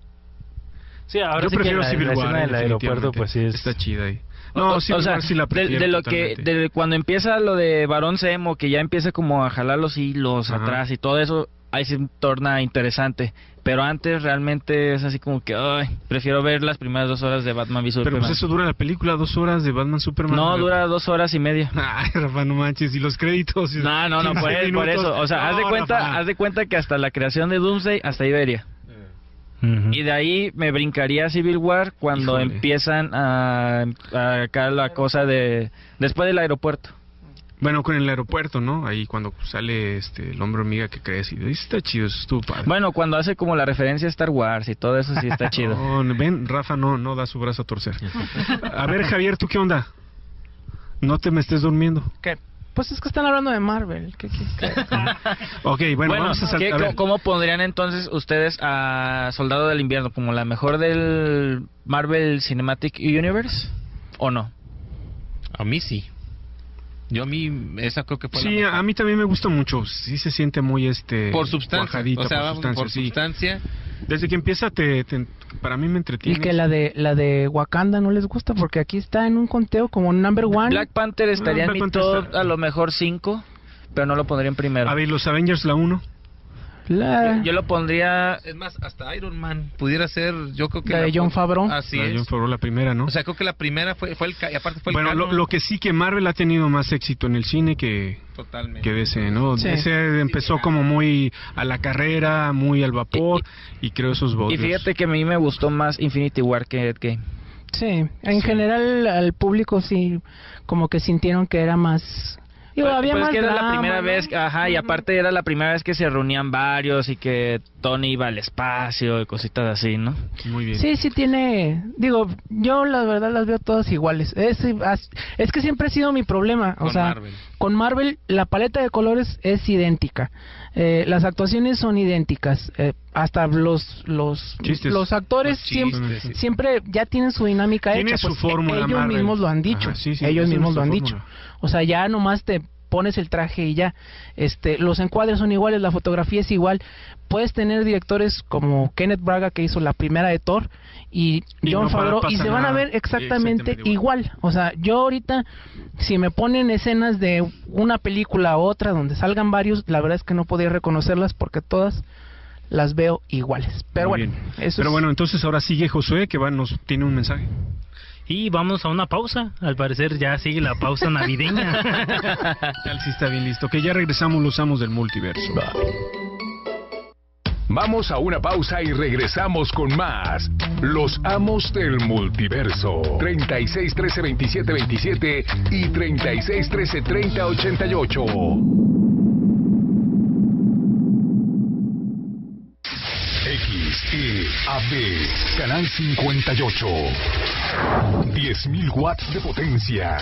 S11: Sí, ahora sí
S2: Yo
S11: que
S2: prefiero
S11: la,
S2: Civil
S11: la
S2: War.
S11: escena
S2: eh,
S11: del aeropuerto,
S2: definitivamente.
S11: pues sí es...
S2: Está chida ahí. No,
S5: o,
S2: Civil
S5: o sea,
S2: War sí la
S5: de-
S2: prefiero.
S5: de, lo que
S2: totalmente.
S5: de cuando empieza lo de Barón Semo, que ya empieza como a jalar los hilos
S2: Ajá.
S5: atrás y todo eso, ahí se torna interesante. Pero antes realmente es así como que, ay, prefiero ver las primeras dos horas de Batman v
S2: Pero
S5: Superman.
S2: pues eso dura la película, dos horas de Batman Superman.
S5: no, dura dos horas y media.
S2: [LAUGHS] Ay, Rafa, no manches, y los créditos. y-
S5: No, no, no, por,
S2: 15
S5: por
S2: minutos.
S5: eso. O sea, haz de
S2: No,
S5: cuenta,
S2: Rafa.
S5: haz de cuenta que hasta la creación de Doomsday, hasta ahí vería.
S11: Ujú.
S5: Y de ahí me brincaría Civil War cuando
S2: Híjole.
S5: empiezan a, a acá la cosa de después del aeropuerto.
S2: Bueno, con el aeropuerto, ¿no? Ahí cuando sale este, el hombre hormiga que crees y dices, está chido, eso estuvo padre.
S5: Bueno, cuando hace como la referencia a Star Wars y todo eso sí
S2: [LAUGHS]
S5: está chido.
S2: No, no, ven, Rafa no, no da su brazo a torcer. A ver, Javier, ¿tú qué onda? No te me estés durmiendo.
S4: Pues es que están hablando de Marvel. ¿Qué quieres que haga?
S2: Ok, bueno,
S5: Bueno,
S2: vamos a
S5: ¿qué-
S2: saltar.
S5: cómo- ¿cómo pondrían entonces ustedes a Soldado del Invierno como la mejor del Marvel Cinematic Universe o no?
S6: a mí sí yo a mí esa creo que fue la
S2: Sí,
S6: mejor.
S2: a mí también me gusta mucho. Sí se siente muy este.
S6: por sustancia
S2: cuajadita,
S6: o sea
S2: por
S6: vamos,
S2: sustancia,
S6: por
S2: sí.
S6: sustancia
S2: Desde que empieza, te, te- para mí me
S7: [LAUGHS] Y
S2: entretiene.
S7: que la de la de Wakanda no les gusta porque aquí está en un conteo como number one.
S5: Black
S3: Ah,
S5: Panther estaría
S2: Black
S5: en mi
S2: Panther
S5: top
S2: está-
S5: a lo mejor 5, pero no lo pondría en primero.
S2: A ver, los Avengers, la 1.
S7: La-
S5: Yo- Yo lo pondría
S6: es más hasta Iron Man pudiera ser yo creo que
S7: La de Jon Favreau.
S6: así
S2: la de
S6: es
S2: John Favreau, la primera, ¿no?
S6: O sea, creo que la primera fue, fue el... ca- y aparte fue el
S2: bueno, lo,
S6: canon.
S2: lo que sí que Marvel ha tenido más éxito en el cine que,
S6: Totalmente.
S2: que DC, ¿no?
S7: Sí.
S2: DC empezó como muy a la carrera, muy al vapor, y, creo esos votos.
S5: Y fíjate que a mí me gustó más Infinity War que Endgame.
S7: Sí, en general al público sí como que sintieron que era más digo, había
S5: Pues
S7: más
S5: es que era
S7: drama,
S5: la primera
S7: ¿no?
S5: vez, ajá, y aparte era la primera vez que se reunían varios y que Tony iba al espacio y cositas así, ¿no?
S2: Muy bien.
S7: Sí, sí tiene, digo, yo la verdad las veo todas iguales. Es, as- es que siempre ha sido mi problema, o
S6: Con
S7: sea,
S6: Marvel.
S7: con Marvel la paleta de colores es idéntica. Eh, las actuaciones son idénticas, eh, hasta los los
S2: Chistes.
S7: los actores
S6: Los
S7: siempre
S6: chistes, sí.
S7: siempre ya tienen su dinámica
S2: Tiene
S7: hecha,
S2: su
S7: pues,
S2: fórmula
S7: ellos
S2: Marvel.
S7: mismos lo han dicho,
S2: Ajá, sí, sí,
S7: ellos
S2: esa es
S7: mismos
S2: su
S7: lo han
S2: fórmula.
S7: dicho. O sea, ya nomás te pones el traje y ya. Este, los encuadres son iguales, la fotografía es igual. Puedes tener directores como Kenneth Braga que hizo la primera de Thor y
S2: Y
S7: John
S2: no pa-
S7: Favreau y
S2: pasa
S7: se van a
S2: nada.
S7: ver exactamente,
S2: Exactamente igual.
S7: igual. O sea, yo ahorita si me ponen escenas de una película a otra donde salgan varios, la verdad es que no podía reconocerlas porque todas las veo iguales. Pero
S2: Muy
S7: bueno,
S2: bien.
S7: eso
S2: Pero
S7: es-
S2: bueno, entonces ahora sigue Josué, que va, nos tiene un mensaje.
S3: Y vamos a una pausa. Al parecer ya sigue la pausa
S5: [LAUGHS]
S3: navideña.
S2: Tal si está bien listo. Que ya regresamos los amos del multiverso.
S1: Vamos a una pausa y regresamos con más. Los amos del multiverso. 36 13 27 27 y 36 13 30 88. X, E, A, B, canal 58. 10.000 watts de potencia.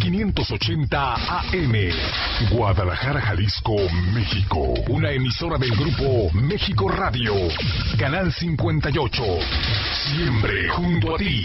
S1: 580 AM. Guadalajara, Jalisco, México. Una emisora del grupo México Radio. Canal 58. Siempre junto a ti.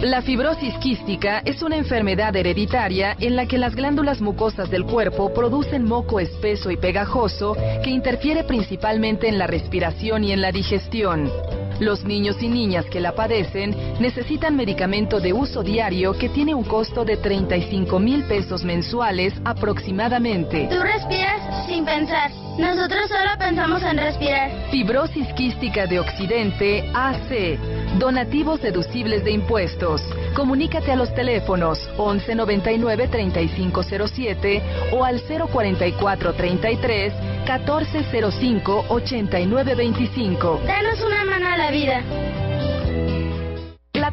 S12: La fibrosis quística es una enfermedad hereditaria en la que las glándulas mucosas del cuerpo producen moco espeso y pegajoso que interfiere principalmente en la respiración y en la digestión. Los niños y niñas que la padecen necesitan medicamento de uso diario que tiene un costo de 35 mil pesos mensuales aproximadamente.
S9: Tú respiras sin pensar. Nosotros solo pensamos en respirar.
S12: Fibrosis quística de Occidente, AC. Donativos deducibles de impuestos. Comunícate a los teléfonos 1199-3507 o al 044-33-1405-8925.
S9: Danos una mano a la vida.
S13: La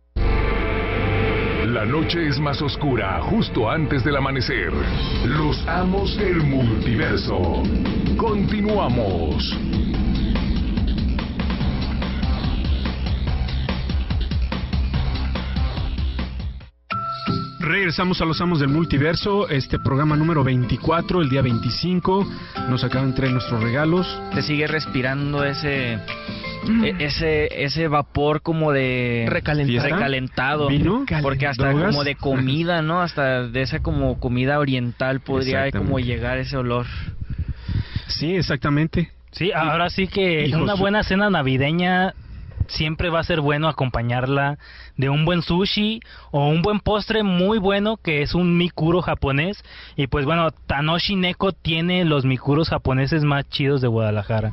S1: La noche es más oscura justo antes del amanecer. Los amos del multiverso. Continuamos.
S2: Regresamos a los amos del multiverso, este programa número 24, el día 25. Nos acaban de traer nuestros regalos.
S5: Te sigue respirando ese
S3: Mm.
S5: e- ese ese vapor como de
S2: Recalentado.
S5: recalentado
S2: ¿Vino?
S5: porque hasta
S2: ¿Drogas?
S5: como de comida no hasta de esa como comida oriental podría
S2: Exactamente.
S5: como llegar ese olor
S2: Sí, exactamente.
S3: Sí, ahora sí que
S2: Hijos.
S3: una buena cena navideña siempre va a ser bueno acompañarla de un buen sushi o un buen postre muy bueno que es un mikuro japonés y pues bueno Tanoshi Neko tiene los mikuros japoneses más chidos de Guadalajara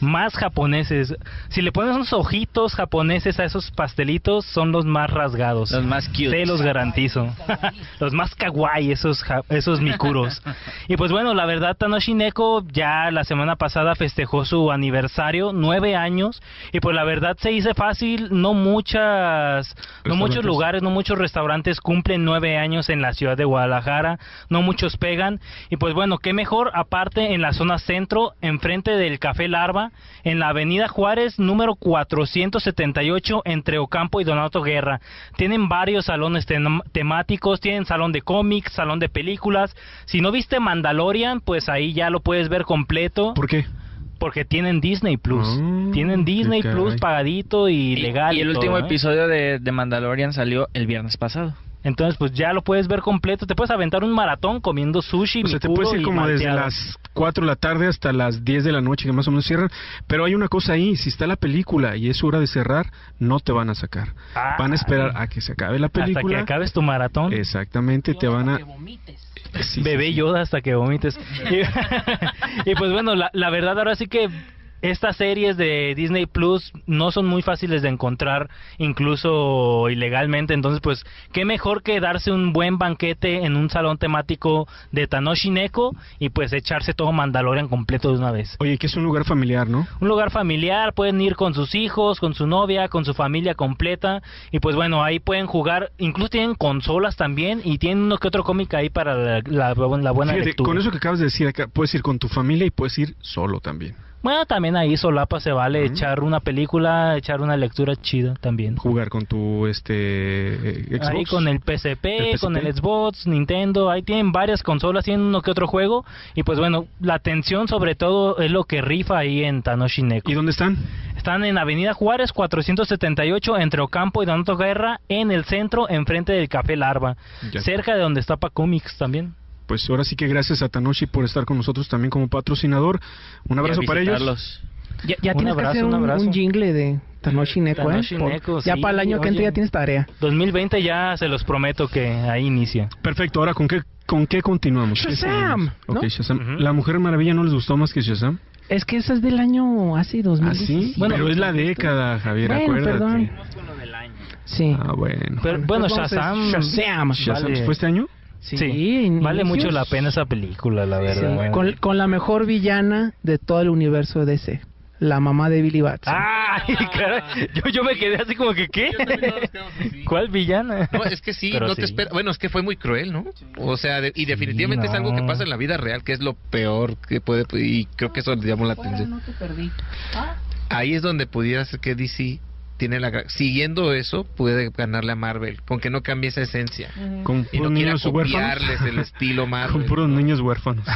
S3: más japoneses si le pones unos ojitos japoneses a esos pastelitos son los más rasgados los
S5: más cute
S3: te los garantizo [LAUGHS] los más kawaii esos ja- esos mikuros y pues bueno, la verdad, Tanoshi Neko ya la semana pasada festejó su aniversario, nueve años, y pues la verdad se dice fácil, no muchas, no muchos
S14: Restaurantes.
S3: lugares, no muchos restaurantes cumplen nueve años en la ciudad de Guadalajara, no muchos pegan, y pues bueno, qué mejor, aparte en la zona centro, enfrente del Café Larva, en la avenida Juárez, número 478, entre Ocampo y Donato Guerra. Tienen varios salones tem- temáticos, tienen salón de cómics, salón de películas. Si no viste Mandalorian, pues ahí ya lo puedes ver completo.
S2: ¿Por Ah, qué?
S3: Porque tienen Disney Plus. tienen Disney
S5: qué
S3: Plus
S5: caray.
S3: pagadito y,
S5: Y-
S3: legal.
S5: y el
S3: todo,
S5: último
S3: ¿eh?
S5: episodio de, de Mandalorian salió el viernes pasado
S3: Entonces, pues ya lo puedes ver completo. Te puedes aventar un maratón comiendo sushi.
S2: O sea, te
S3: mikuro
S2: puedes ir
S3: y
S2: como desde
S3: malteadas.
S2: las 4 de la tarde hasta las 10 de la noche, que más o menos cierran. Pero hay una cosa ahí: si está la película y es hora de cerrar, no te van a sacar. van a esperar a que se acabe la
S3: Ah, Hasta
S2: película. Eh,
S3: que acabes tu maratón.
S2: Exactamente, te van a.
S3: Bebé Yoda hasta que vomites. Y, [LAUGHS] y pues bueno, la, la verdad ahora sí que estas series de Disney Plus no son muy fáciles de encontrar, incluso ilegalmente. Entonces, pues, qué mejor que darse un buen banquete en un salón temático de Tanoshi Neko y pues echarse todo Mandalorian completo de una vez.
S2: Oye, que es un lugar familiar, ¿no?
S3: Un lugar familiar, pueden ir con sus hijos, con su novia, con su familia completa. Y pues bueno, ahí pueden jugar. Incluso tienen consolas también y tienen uno que otro cómic ahí para la, la- la buena
S2: Fíjate,
S3: lectura.
S2: con eso que acabas de decir acá, puedes ir con tu familia y puedes ir solo también.
S3: Bueno, también ahí solapa se vale echar una película, echar una lectura chida también.
S2: Jugar con tu este eh, Xbox.
S3: Ahí con el PSP,
S2: ¿El
S3: con
S2: PSP?
S3: el Xbox, Nintendo, ahí tienen varias consolas, tienen uno que otro juego. Y pues bueno, la atención sobre todo es lo que rifa ahí en Tanoshi Neko.
S2: ¿Y dónde están?
S3: Están en Avenida Juárez 478, entre Ocampo y Donato Guerra, en el centro, enfrente del Café Larva.
S2: Ya.
S3: Cerca de donde está Pacomics también.
S2: Pues ahora sí que gracias a Tanoshi por estar con nosotros también como patrocinador. Un abrazo para ellos.
S7: Ya, ya
S2: Un
S7: tienes
S2: abrazo,
S7: que hacer
S2: un
S7: un,
S2: abrazo.
S7: un jingle de Tanoshi Neko, ¿eh?
S3: Tanoshi
S7: Por-
S3: Neko,
S7: ya
S3: sí,
S7: para el año que entra
S3: oye.
S7: ya tienes tarea.
S3: 2020 ya se los prometo que ahí inicia.
S2: Perfecto, ahora con qué con qué continuamos? ¿Qué
S7: Shazam,
S2: seguimos? Ok,
S7: ¿no?
S2: Shazam. La Mujer Maravilla no les gustó más que Shazam.
S7: Es que esa es del año hace
S2: ¿Ah,
S7: 2017.
S2: Sí, pero es la década, Javier,
S7: Bueno,
S2: acuérdate.
S7: perdón. Sí.
S2: Ah, bueno.
S3: Pero, bueno,
S7: Entonces,
S3: Shazam,
S7: Shazam.
S2: Shazam,
S3: vale.
S2: ¿fue este año?
S7: Sí,
S3: vale
S7: inicios.
S3: mucho la pena esa película, la
S7: Sí,
S3: verdad.
S7: con, con la mejor villana de todo el universo DC, la mamá de Billy Batson.
S3: Ah. Ay, [LAUGHS] caray, yo, yo me quedé así como que, ¿qué? ¿Cuál
S7: [LAUGHS]
S3: villana?
S6: No, es que sí,
S3: Pero
S6: no te espera. Bueno, es que fue muy cruel, ¿no? O sea, de- y definitivamente es algo que
S3: no.
S6: pasa en la vida real, que es lo peor que puede. Y creo que eso le llamó la atención.
S15: no te perdí.
S6: Ahí es donde pudiera ser que DC tiene la. gra- Siguiendo eso, puede ganarle a Marvel, con que no cambie esa esencia.
S2: Con
S6: Y no quiera
S2: puros niños
S6: copiarles
S2: huérfanos.
S6: el estilo
S2: [LAUGHS] Con
S6: Marvel.
S2: puros niños huérfanos.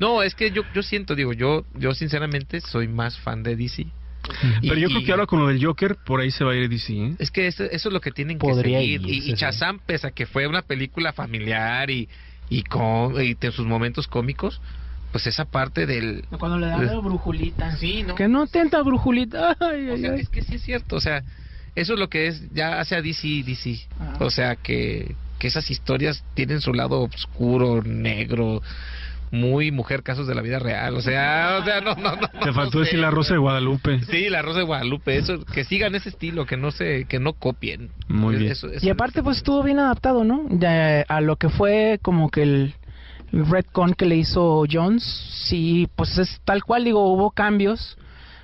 S6: No, es que yo, yo siento, digo, yo, yo sinceramente soy más fan de DC.
S2: Pero
S6: Y-
S2: yo creo
S6: y-
S2: que ahora con lo del Joker, por ahí se va a ir DC, ¿eh?
S6: Es que eso, eso es lo que tienen
S2: Podría
S6: que seguir.
S2: irse,
S6: Y, y Shazam, pese a que fue una película familiar y, y con y de sus momentos cómicos, pues esa parte del...
S7: Cuando le
S6: dan la
S7: brujulita.
S6: Sí, ¿no?
S16: Que no tenta brujulita. Ay,
S6: O
S16: ay,
S6: sea,
S16: ay.
S6: es que sí es cierto, o sea, eso es lo que es, ya hace a DC, DC. O sea, que, que esas historias tienen su lado oscuro, negro, muy mujer, casos de la vida real. O sea, o sea no, no, no.
S2: Te
S6: no sé.
S2: faltó decir la Rosa de Guadalupe.
S6: Sí, la Rosa de Guadalupe, eso, que sigan ese estilo, que no se, que no copien.
S2: Muy bien.
S6: Eso- eso-
S7: Y aparte, pues estuvo bien adaptado, ¿no? Ya, a lo que fue como que el, el retcon que le hizo Jones, sí, pues es tal cual, digo, hubo cambios,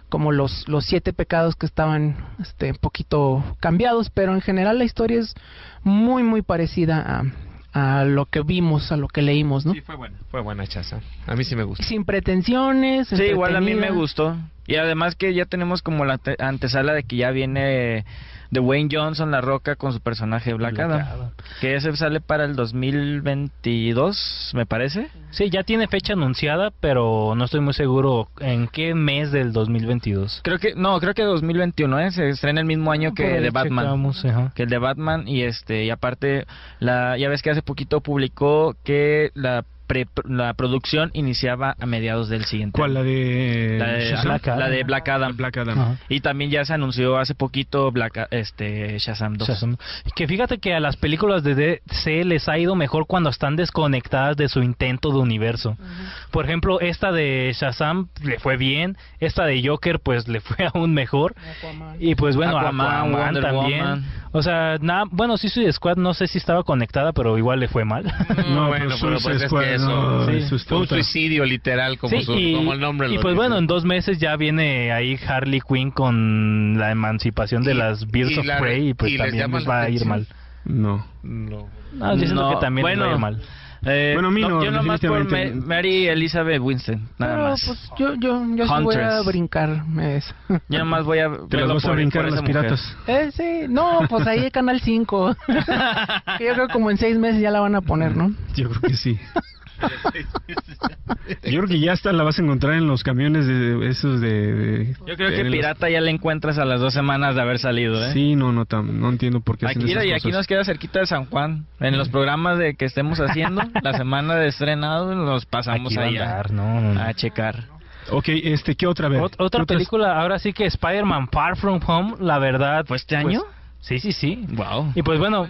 S7: como los, los siete pecados que estaban este, un poquito cambiados, pero en general la historia es muy, muy parecida a, a lo que vimos, a lo que leímos, ¿no?
S6: Fue buena, fue buena chaza. A mí sí me gusta.
S7: Sin pretensiones.
S5: Sí, igual a mí me
S7: entretenida.
S5: gustó. Y además que ya tenemos como la te- antesala de que ya viene de Wayne Johnson, La Roca, con su personaje Black Adam. Que ese sale para el 2022, me parece.
S3: Sí, ya tiene fecha anunciada, pero no estoy muy seguro en qué mes del 2022.
S5: Creo que, no, creo que 2021, ¿eh? Se estrena el mismo año que
S3: Por ahí
S5: de Batman.
S3: checamos, ajá.
S5: Que el de Batman y este, y aparte, la, ya ves que hace poquito publicó que la, pre- la producción iniciaba a mediados del siguiente.
S2: ¿Cuál? La de...
S5: La de,
S2: Shazam?
S5: la de Black Adam.
S2: Ajá.
S5: Y también ya se anunció hace poquito Black, este, Shazam 2.
S3: Shazam. Que fíjate que a las películas de DC les ha ido mejor cuando están desconectadas de su intento de universo. Por ejemplo, esta de Shazam le fue bien, esta de Joker pues le fue [LAUGHS] aún mejor. Y pues bueno,
S5: Aquaman,
S3: Aquaman
S5: Wonder
S3: también.
S5: Woman.
S3: O sea, nada, bueno, sí Suicide Squad no sé si estaba conectada, pero igual le fue mal. [LAUGHS]
S2: No, bueno, pero
S6: Mm,
S2: Suicide
S6: pues es
S2: Squad,
S6: que eso,
S2: no,
S6: sí.
S2: eso está
S6: fue un
S2: otra.
S6: suicidio literal como,
S3: Sí,
S6: su- como el nombre
S3: y
S6: lo
S3: pues
S6: dice.
S3: bueno, en dos meses ya viene ahí Harley Quinn con la emancipación de
S6: Y-
S3: las Birds
S6: y
S3: of
S6: la-
S3: Prey y pues
S6: y les
S3: también
S6: llama
S3: les
S6: la
S3: va a ir
S6: atención.
S3: mal.
S2: No.
S6: No.
S3: No, yo Ah, siento que también les va a ir mal.
S5: eh,
S2: Bueno, a mí no,
S5: yo nomás por
S2: definitivamente.
S5: Ma- Mary Elizabeth Winston, nada
S7: Pero,
S5: más.
S7: pues, yo, yo, yo sí voy a
S5: Huntress.
S7: brincar eso.
S5: yo nomás voy a
S2: Te las
S5: verlo
S2: vas a
S5: por-
S2: brincar
S5: por
S2: a las
S5: esa mujer.
S2: piratas.
S7: Eh, sí, no, pues ahí el Canal 5. Que Yo creo que como en seis meses ya la van a poner, ¿no?
S2: Yo creo que sí. Yo creo que ya hasta la vas a encontrar en los camiones de esos de... de-
S5: Yo creo que
S2: en los-
S5: pirata ya la encuentras a las dos semanas de haber salido, ¿eh?
S2: Sí, no, no, tam- no entiendo por qué
S5: Aquí,
S2: hacen
S5: mira,
S2: esas
S5: y aquí
S2: cosas.
S5: nos queda cerquita de San Juan. En los programas de que
S2: [LAUGHS]
S5: estemos haciendo, la semana de estrenado, los pasamos
S3: Aquí va a
S5: allá
S3: andar, no, no, no.
S5: a checar.
S2: Ok, este, ¿qué otra vez?
S3: Ot- otra película, ahora sí que Spider-Man Far From Home, la verdad. pues,
S5: ¿Fue este año?
S3: sí, sí, sí.
S5: Wow.
S3: Y pues bueno,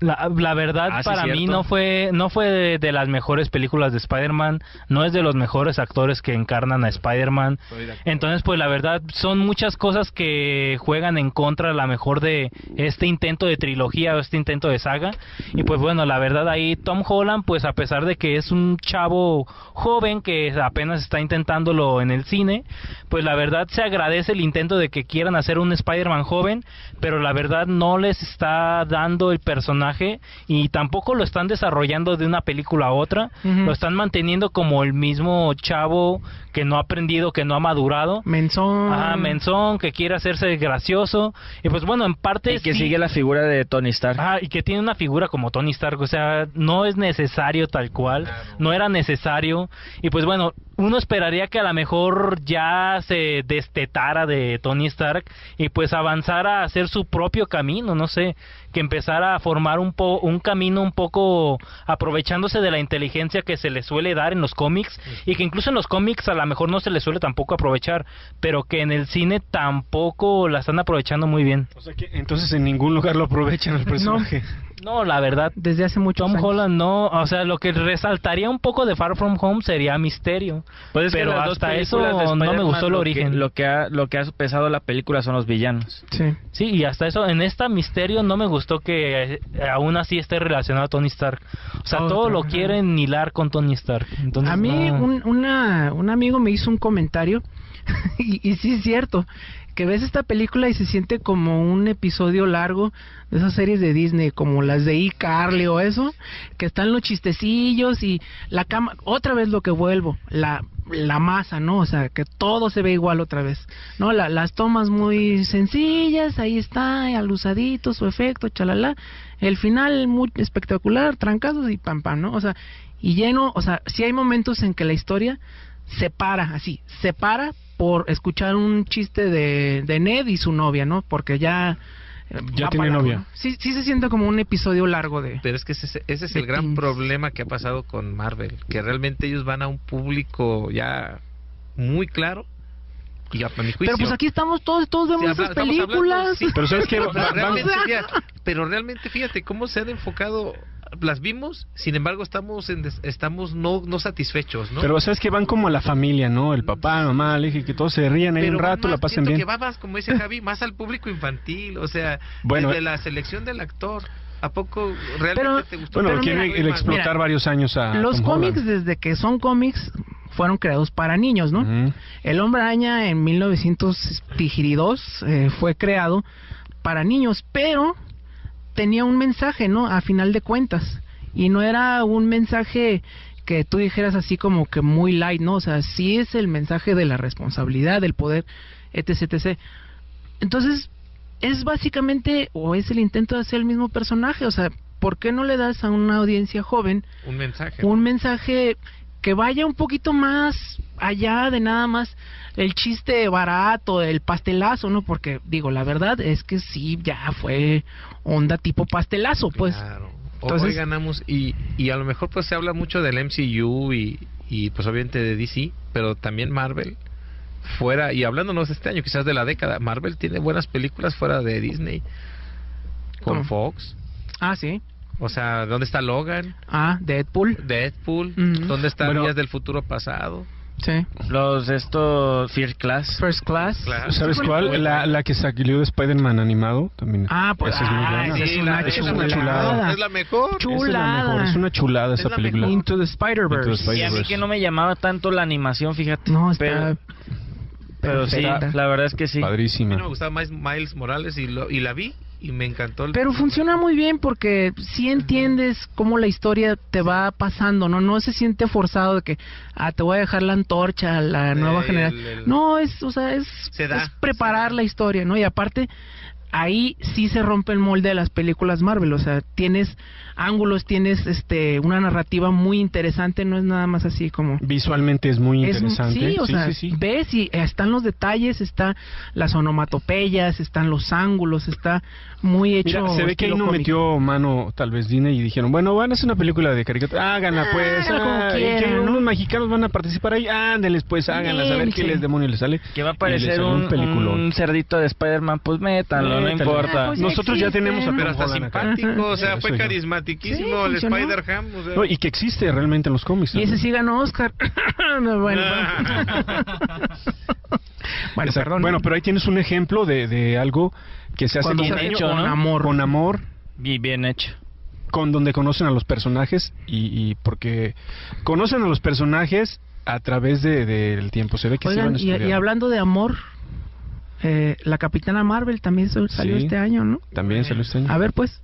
S3: la, la verdad
S5: Ah, sí,
S3: para mí
S5: cierto.
S3: no fue no fue de, de las mejores películas de Spider-Man, no es de los mejores actores que encarnan a Spider-Man. Entonces, pues la verdad son muchas cosas que juegan en contra a la mejor de este intento de trilogía o este intento de saga. Y pues bueno, la verdad ahí Tom Holland, pues a pesar de que es un chavo joven que apenas está intentándolo en el cine, pues la verdad se agradece el intento de que quieran hacer un Spider-Man joven, pero la verdad no les está dando el personaje y tampoco lo están desarrollando de una película a otra,
S7: Ujú.
S3: lo están manteniendo como el mismo chavo que no ha aprendido, que no ha madurado.
S5: Mm.
S7: Menzón.
S3: Ajá, menzón, que quiere hacerse gracioso. Y pues bueno, en parte.
S5: Y que
S3: sí-
S5: sigue la figura de Tony Stark.
S2: Ah,
S3: Ajá, Ah, y que tiene una figura como Tony Stark, o sea, no es necesario tal cual, no era necesario. Y pues bueno, uno esperaría que a lo mejor ya se destetara de Tony Stark y pues avanzara a hacer su propio camino, no sé, que empezara a formar un, po un camino un poco aprovechándose de la inteligencia que se le suele dar en los cómics y que incluso en los cómics a lo mejor no se le suele tampoco aprovechar, pero que en el cine tampoco la están aprovechando muy bien.
S2: O sea que entonces en ningún lugar lo aprovechan al personaje.
S11: No, la verdad.
S7: Desde hace mucho
S11: Tom Holland no, o sea, lo que resaltaría un poco de Far From Home sería Misterio.
S5: Pues es que
S11: pero
S5: las dos
S11: hasta eso
S5: películas de
S11: no me
S5: Spider-Man
S11: gustó el
S5: lo que-
S11: origen.
S5: lo que ha lo que ha pesado la película son los villanos.
S7: Sí.
S11: Sí, y hasta eso, en esta Misterio no me gustó que eh, aún así esté relacionado a Tony Stark. O sea,
S7: Todo
S11: todo lo
S7: relacionado.
S11: quieren hilar con Tony Stark. Entonces,
S7: A mí
S11: no.
S7: un, una, un amigo me hizo un comentario [LAUGHS] y, y sí es cierto que ves esta película y se siente como un episodio largo de esas series de Disney como las de iCarly o eso que están los chistecillos y la cama otra vez lo que vuelvo la la masa no o sea que todo se ve igual otra vez no La- las tomas muy sencillas ahí está alusadito su efecto chalala el final muy espectacular trancados y pam pam no o sea y lleno, o sea, sí hay momentos en que la historia se para, así, se para por escuchar un chiste de, de Ned y su novia, ¿no? Porque ya... eh,
S2: Ya
S7: va
S2: tiene
S7: para-
S2: novia.
S7: Sí, sí se siente como un episodio largo de...
S6: Pero es que ese, ese es
S7: de
S6: el gran
S7: teens.
S6: problema que ha pasado con Marvel, que realmente ellos van a un público ya muy claro y a, a mi juicio.
S7: Pero pues aquí estamos todos, todos
S6: Sí,
S7: vemos
S6: habla-
S7: esas
S6: estamos hablando-
S7: películas.
S6: sí,
S2: Pero ¿sabes qué?
S6: o sea,
S2: Va-
S6: realmente,
S2: vamos-
S6: fíjate, pero realmente fíjate cómo se han enfocado, las vimos, sin embargo estamos en des- estamos no no satisfechos, ¿no?
S2: Pero sabes que van como a la familia, ¿no? El papá, la mamá, el hijo, que todos se rían ahí
S6: Pero
S2: un
S6: va
S2: rato,
S6: más,
S2: la pasen
S6: siento
S2: bien.
S6: que va más, como dice Javi, más al público infantil, o sea,
S2: Bueno,
S6: desde
S2: eh.
S6: la selección del actor. ¿A poco realmente
S7: Pero-
S6: te gustó?
S2: Bueno,
S7: Pero
S2: quieren
S7: mira,
S2: el
S7: mira,
S2: explotar varios años a
S7: Los
S2: Ah, Tom
S7: cómics,
S2: Holland.
S7: desde que son cómics, fueron creados para niños, ¿no?
S2: Ujú.
S7: El Hombre Araña en 1922 eh, fue creado para niños, pero tenía un mensaje, ¿no? A final de cuentas. Y no era un mensaje que tú dijeras así como que muy light, ¿no? O sea, sí es el mensaje de la responsabilidad, del poder, etc. etc. Entonces, es básicamente, o es el intento de hacer el mismo personaje, o sea, ¿por qué no le das a una audiencia joven
S6: Un mensaje.
S7: un mensaje que vaya un poquito más allá de nada más el chiste barato, el pastelazo, ¿no? Porque digo, la verdad es que sí, ya fue onda tipo pastelazo, pues.
S6: Claro. O-
S7: Entonces-
S6: hoy ganamos y, y a lo mejor pues se habla mucho del MCU y, y pues obviamente de DC, pero también Marvel fuera y hablándonos de este año quizás de la década, Marvel tiene buenas películas fuera de Disney con
S7: ¿Cómo?
S6: Fox,
S7: Ah, sí.
S6: o sea, ¿dónde está Logan?
S7: Ah, Deadpool.
S6: Deadpool,
S7: Ujú.
S6: ¿dónde están
S2: Bueno.
S6: Días del Futuro Pasado?
S7: Sí.
S5: Los estos Fear Class.
S7: First Class.
S6: Claro.
S2: ¿Sabes cuál? La, la que salió de Spider-Man animado también.
S7: Ah, pues
S2: Esa es muy
S7: ah,
S2: buena.
S7: esa es
S6: Sí,
S7: una
S6: la- esa es la
S7: chulada.
S6: mejor,
S2: chulada.
S6: Es la mejor.
S2: Esa es la
S7: Chulada.
S2: mejor, Es una chulada esa
S6: Es la
S2: película.
S6: mejor.
S7: Into the
S2: Into the
S7: Spider-Verse.
S2: Spider-
S5: Y a mí que no me llamaba tanto la animación, fíjate.
S7: No, está
S5: Pero, pero sí,
S7: perfecta.
S5: la verdad es que
S6: A mí
S5: sí.
S6: no me
S2: Padrísima.
S6: gustaba más Miles Morales y, lo- y la vi y me encantó. el-
S7: Pero funciona muy bien porque si entiendes cómo la historia te va pasando, ¿no? No se siente forzado de que, ah, te voy a dejar la antorcha a la
S6: Eh,
S7: nueva
S6: el-
S7: generación.
S6: el-
S7: No, es, o sea, es,
S6: Se da,
S7: es preparar la historia, ¿no? Y aparte, ahí sí se rompe el molde de las películas Marvel, o sea, tienes ángulos, tienes este una narrativa muy interesante, no es nada más así como...
S2: Visualmente es muy
S7: Es-
S2: interesante.
S7: sí, o sea,
S2: sí, sí.
S7: ves y están los detalles, está las onomatopeyas, están los ángulos, está muy hecho.
S2: Mira, se ve que ahí
S7: estilo
S2: no
S7: cómic.
S2: metió mano tal vez Disney y dijeron, bueno, van a hacer una película de caricatura, háganla pues,
S7: Háganla como
S2: ah, y
S7: quieran,
S2: que
S7: ¿no?
S2: unos mexicanos van a participar ahí, ándeles pues, háganla, a ver
S7: Bien,
S2: qué
S7: sí.
S2: les demonio les sale.
S5: Que va a
S2: Y les
S5: aparecer
S2: sale
S5: un,
S2: peliculón.
S5: un cerdito de Spider-Man, pues métanlo, no
S2: Métale.
S5: importa.
S7: Ah, pues
S2: Nosotros ya
S7: existe,
S2: tenemos a
S7: ¿no?
S2: Tom
S6: Pero hasta
S2: Holland acá.
S6: simpático, o sea,
S2: Eso
S6: fue
S2: yo.
S7: Sí,
S6: carismatiquísimo el
S7: funcionó.
S6: Spider-Ham. O sea,
S2: No, y que existe realmente en los cómics.
S7: Y ese
S2: ¿no?
S7: sí ganó Oscar. [LAUGHS] No, bueno,
S2: Ah. [LAUGHS]
S7: bueno,
S2: Exacto.
S7: perdón.
S2: Bueno, pero ahí tienes un ejemplo de, de algo que se hace
S7: Cuando
S2: con
S7: se hace
S2: cariño,
S7: con
S2: con
S7: amor.
S2: Con amor,
S5: Y bien hecho.
S2: con donde conocen a los personajes y, y porque conocen a los personajes a través de- del tiempo. Se ve que
S7: Oigan,
S2: se
S7: y,
S2: van
S7: y hablando de amor, eh, la Capitana Marvel también su- salió
S2: Sí.
S7: este año, ¿no?
S2: También se lo
S7: A ver, pues.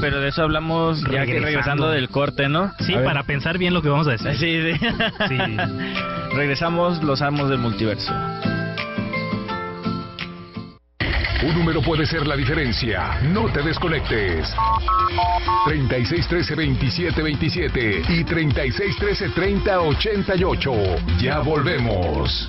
S5: Pero de eso hablamos ya que
S7: Regresando.
S5: regresando del corte, ¿no?
S11: Sí,
S2: A ver.
S11: para pensar bien lo que vamos a decir.
S5: Sí, sí. Regresamos los amos del multiverso.
S1: Un número puede ser la diferencia. No te desconectes. 3613-2727 y 3613-3088. Ya volvemos.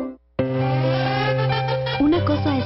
S17: Una cosa es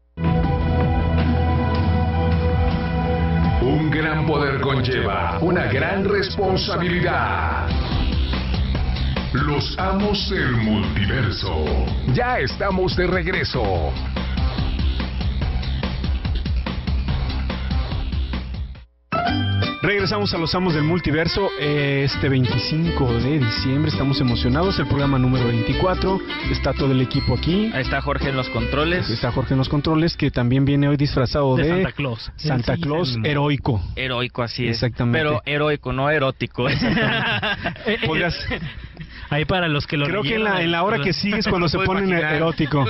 S1: Un gran poder conlleva una gran responsabilidad. Los amos del multiverso. Ya estamos de regreso.
S2: Regresamos a los amos del multiverso este 25 de diciembre. Estamos emocionados. El programa número 24. Está todo el equipo aquí.
S5: Ahí está Jorge en los controles.
S2: Está Jorge en los controles, que también viene hoy disfrazado de,
S5: de Santa Claus.
S2: Santa sí, Claus el... heroico.
S5: Heroico, así
S2: es. Exactamente.
S5: Pero heroico, no erótico.
S2: Podrías.
S5: Ahí para los que lo
S2: Creo que en la, en la hora [LAUGHS] que sigue
S6: [LAUGHS]
S2: es cuando se ponen imaginar. erótico.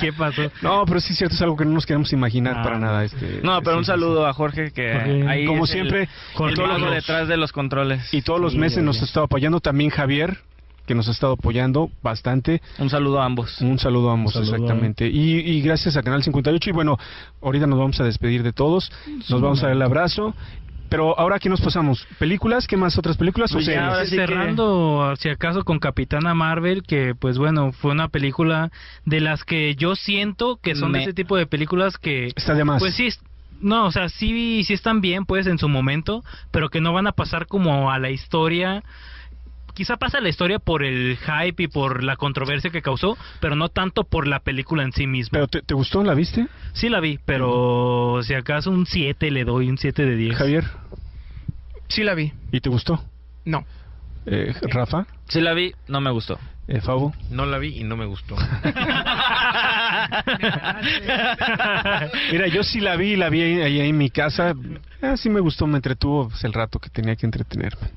S5: ¿Qué pasó?
S2: No, pero sí es cierto, es algo que no nos queremos imaginar ah, para nada. Este,
S5: no, pero sí, un saludo sí. a Jorge que Jorge. ahí
S2: como siempre
S5: el, el mago detrás de los controles.
S2: Y todos los sí, meses nos ha estado apoyando también Javier que nos ha estado apoyando bastante.
S5: Un saludo a ambos.
S2: Un saludo a ambos, saludo exactamente. A ambos. Y, y, gracias a Canal 58. Y bueno, ahorita nos vamos a despedir de todos. Nos vamos a dar el abrazo pero ahora que nos pasamos, películas, ¿qué más otras películas?
S3: Pues ya, sí cerrando, que... si acaso, con Capitana Marvel, que pues bueno, fue una película de las que yo siento que son Me... de ese tipo de películas que...
S2: Está de más.
S3: Pues sí, no, o sea, sí, sí están bien, pues, en su momento, pero que no van a pasar como a la historia quizá pasa la historia por el hype y por la controversia que causó, pero no tanto por la película en sí misma.
S2: ¿Pero te, te gustó? ¿La viste?
S3: Sí, la vi, pero uh -huh. si acaso un 7 le doy, un 7 de 10.
S2: Javier.
S7: Sí, la vi.
S2: ¿Y te gustó?
S7: No.
S2: Eh, ¿Rafa?
S5: Sí, la vi, no me gustó.
S2: Eh, Fabo.
S6: No la vi y no me gustó.
S2: [LAUGHS] Mira, yo sí la vi, la vi ahí, ahí en mi casa. Eh, sí me gustó, me entretuvo pues, el rato que tenía que entretenerme.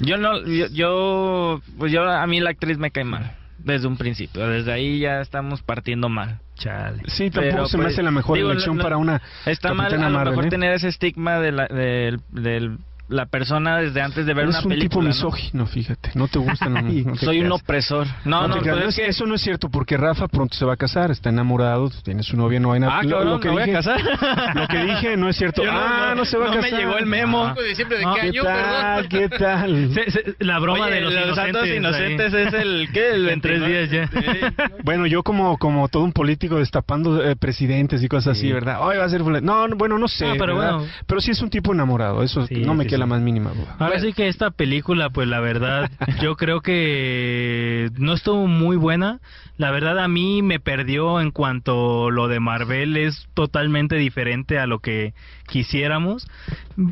S5: Yo no, yo, yo, pues yo, a mí la actriz me cae mal. Desde un principio, desde ahí ya estamos partiendo mal. Chale.
S2: Sí, tampoco Pero, se pues, me hace la mejor digo, elección no, para una.
S5: Está mal, a lo mejor ¿eh? tener ese estigma de la, de, de la persona desde antes de ver
S2: Eres
S5: una
S2: un
S5: película.
S2: un tipo misógino, ¿no? fíjate. No te gusta. No, no
S5: Soy
S2: te
S5: un opresor. No, no,
S2: pero es que... eso no es cierto porque Rafa pronto se va a casar, está enamorado, tiene su novia, no hay nada.
S5: Ah, cabrón,
S2: lo, lo, que
S5: me
S2: dije,
S5: voy a [LAUGHS]
S2: casar. Lo que dije no es cierto. Yo ah, no, se va a casar.
S5: No me llegó el memo.
S6: Ah. ¿De qué, año,
S2: tal, ¿Qué tal?
S5: [LAUGHS] Se, se, la broma Oye, de los, los santos inocentes, inocentes es el qué, [LAUGHS] el en tres días ya.
S2: bueno, yo como como todo un político destapando eh, presidentes y cosas así, ¿verdad? Hoy va a ser No, bueno, no sé.
S5: Ah, pero bueno.
S2: Pero sí es un tipo enamorado, eso no me queda la más mínima duda.
S3: Ahora sí que esta película, pues la verdad, yo creo que no estuvo muy buena. La verdad a mí me perdió en cuanto lo de Marvel es totalmente diferente a lo que quisiéramos.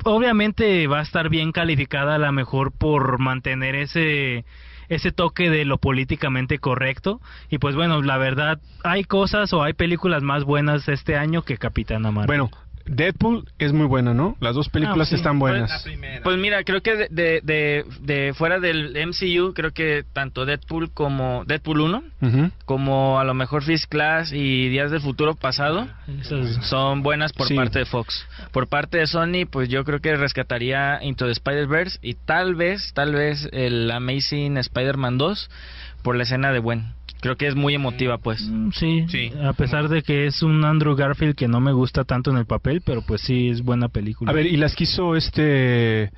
S3: Obviamente va a estar bien calificada a la mejor por mantener ese ese toque de lo políticamente correcto. Y pues bueno, la verdad, hay cosas o hay películas más buenas este año que Capitana Marvel.
S2: Bueno, Deadpool es muy buena, ¿no? Las dos películas ah, sí. están buenas.
S5: Pues, mira, creo que de, de, de, de, fuera del MCU, creo que tanto Deadpool como Deadpool 1, uh -huh. como a lo mejor Fist Class y Días del Futuro Pasado, Esas. son buenas por sí. parte de Fox. Por parte de Sony, pues yo creo que rescataría Into the Spider-Verse y tal vez, tal vez el Amazing Spider-Man 2 por la escena de Gwen. Creo que es muy emotiva, pues.
S3: Mm, Sí, sí, a pesar de que es un Andrew Garfield que no me gusta tanto en el papel, pero pues sí es buena película.
S2: A ver, ¿y las quiso este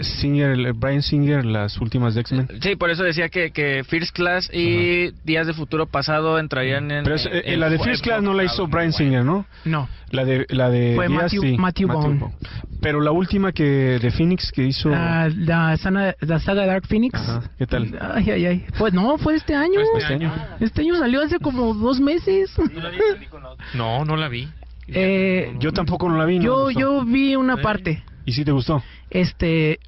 S2: Singer, Brian Singer, las últimas de
S7: Eh,
S2: X-Men?
S5: Sí, por eso decía que, que First Class y Ajá. Días de Futuro Pasado entrarían en...
S2: Pero es,
S7: eh,
S2: en, en la de First Class no la hizo Brian Singer, ¿no?
S7: No.
S2: La de... La de
S7: Fue
S2: Díaz,
S7: Matthew,
S2: sí,
S7: Matthew, Bond. Bond.
S2: Pero la última que de Phoenix que hizo...
S7: La, la, sana, la saga Dark Phoenix.
S2: Ajá. ¿Qué tal?
S7: Ay, ay, ay. Pues no, fue este año.
S2: Este año.
S7: Este año salió hace como dos meses.
S6: No, no la vi.
S7: Eh,
S2: yo tampoco no la vi.
S7: No yo, yo vi una parte.
S2: ¿Y si te gustó?
S7: Este,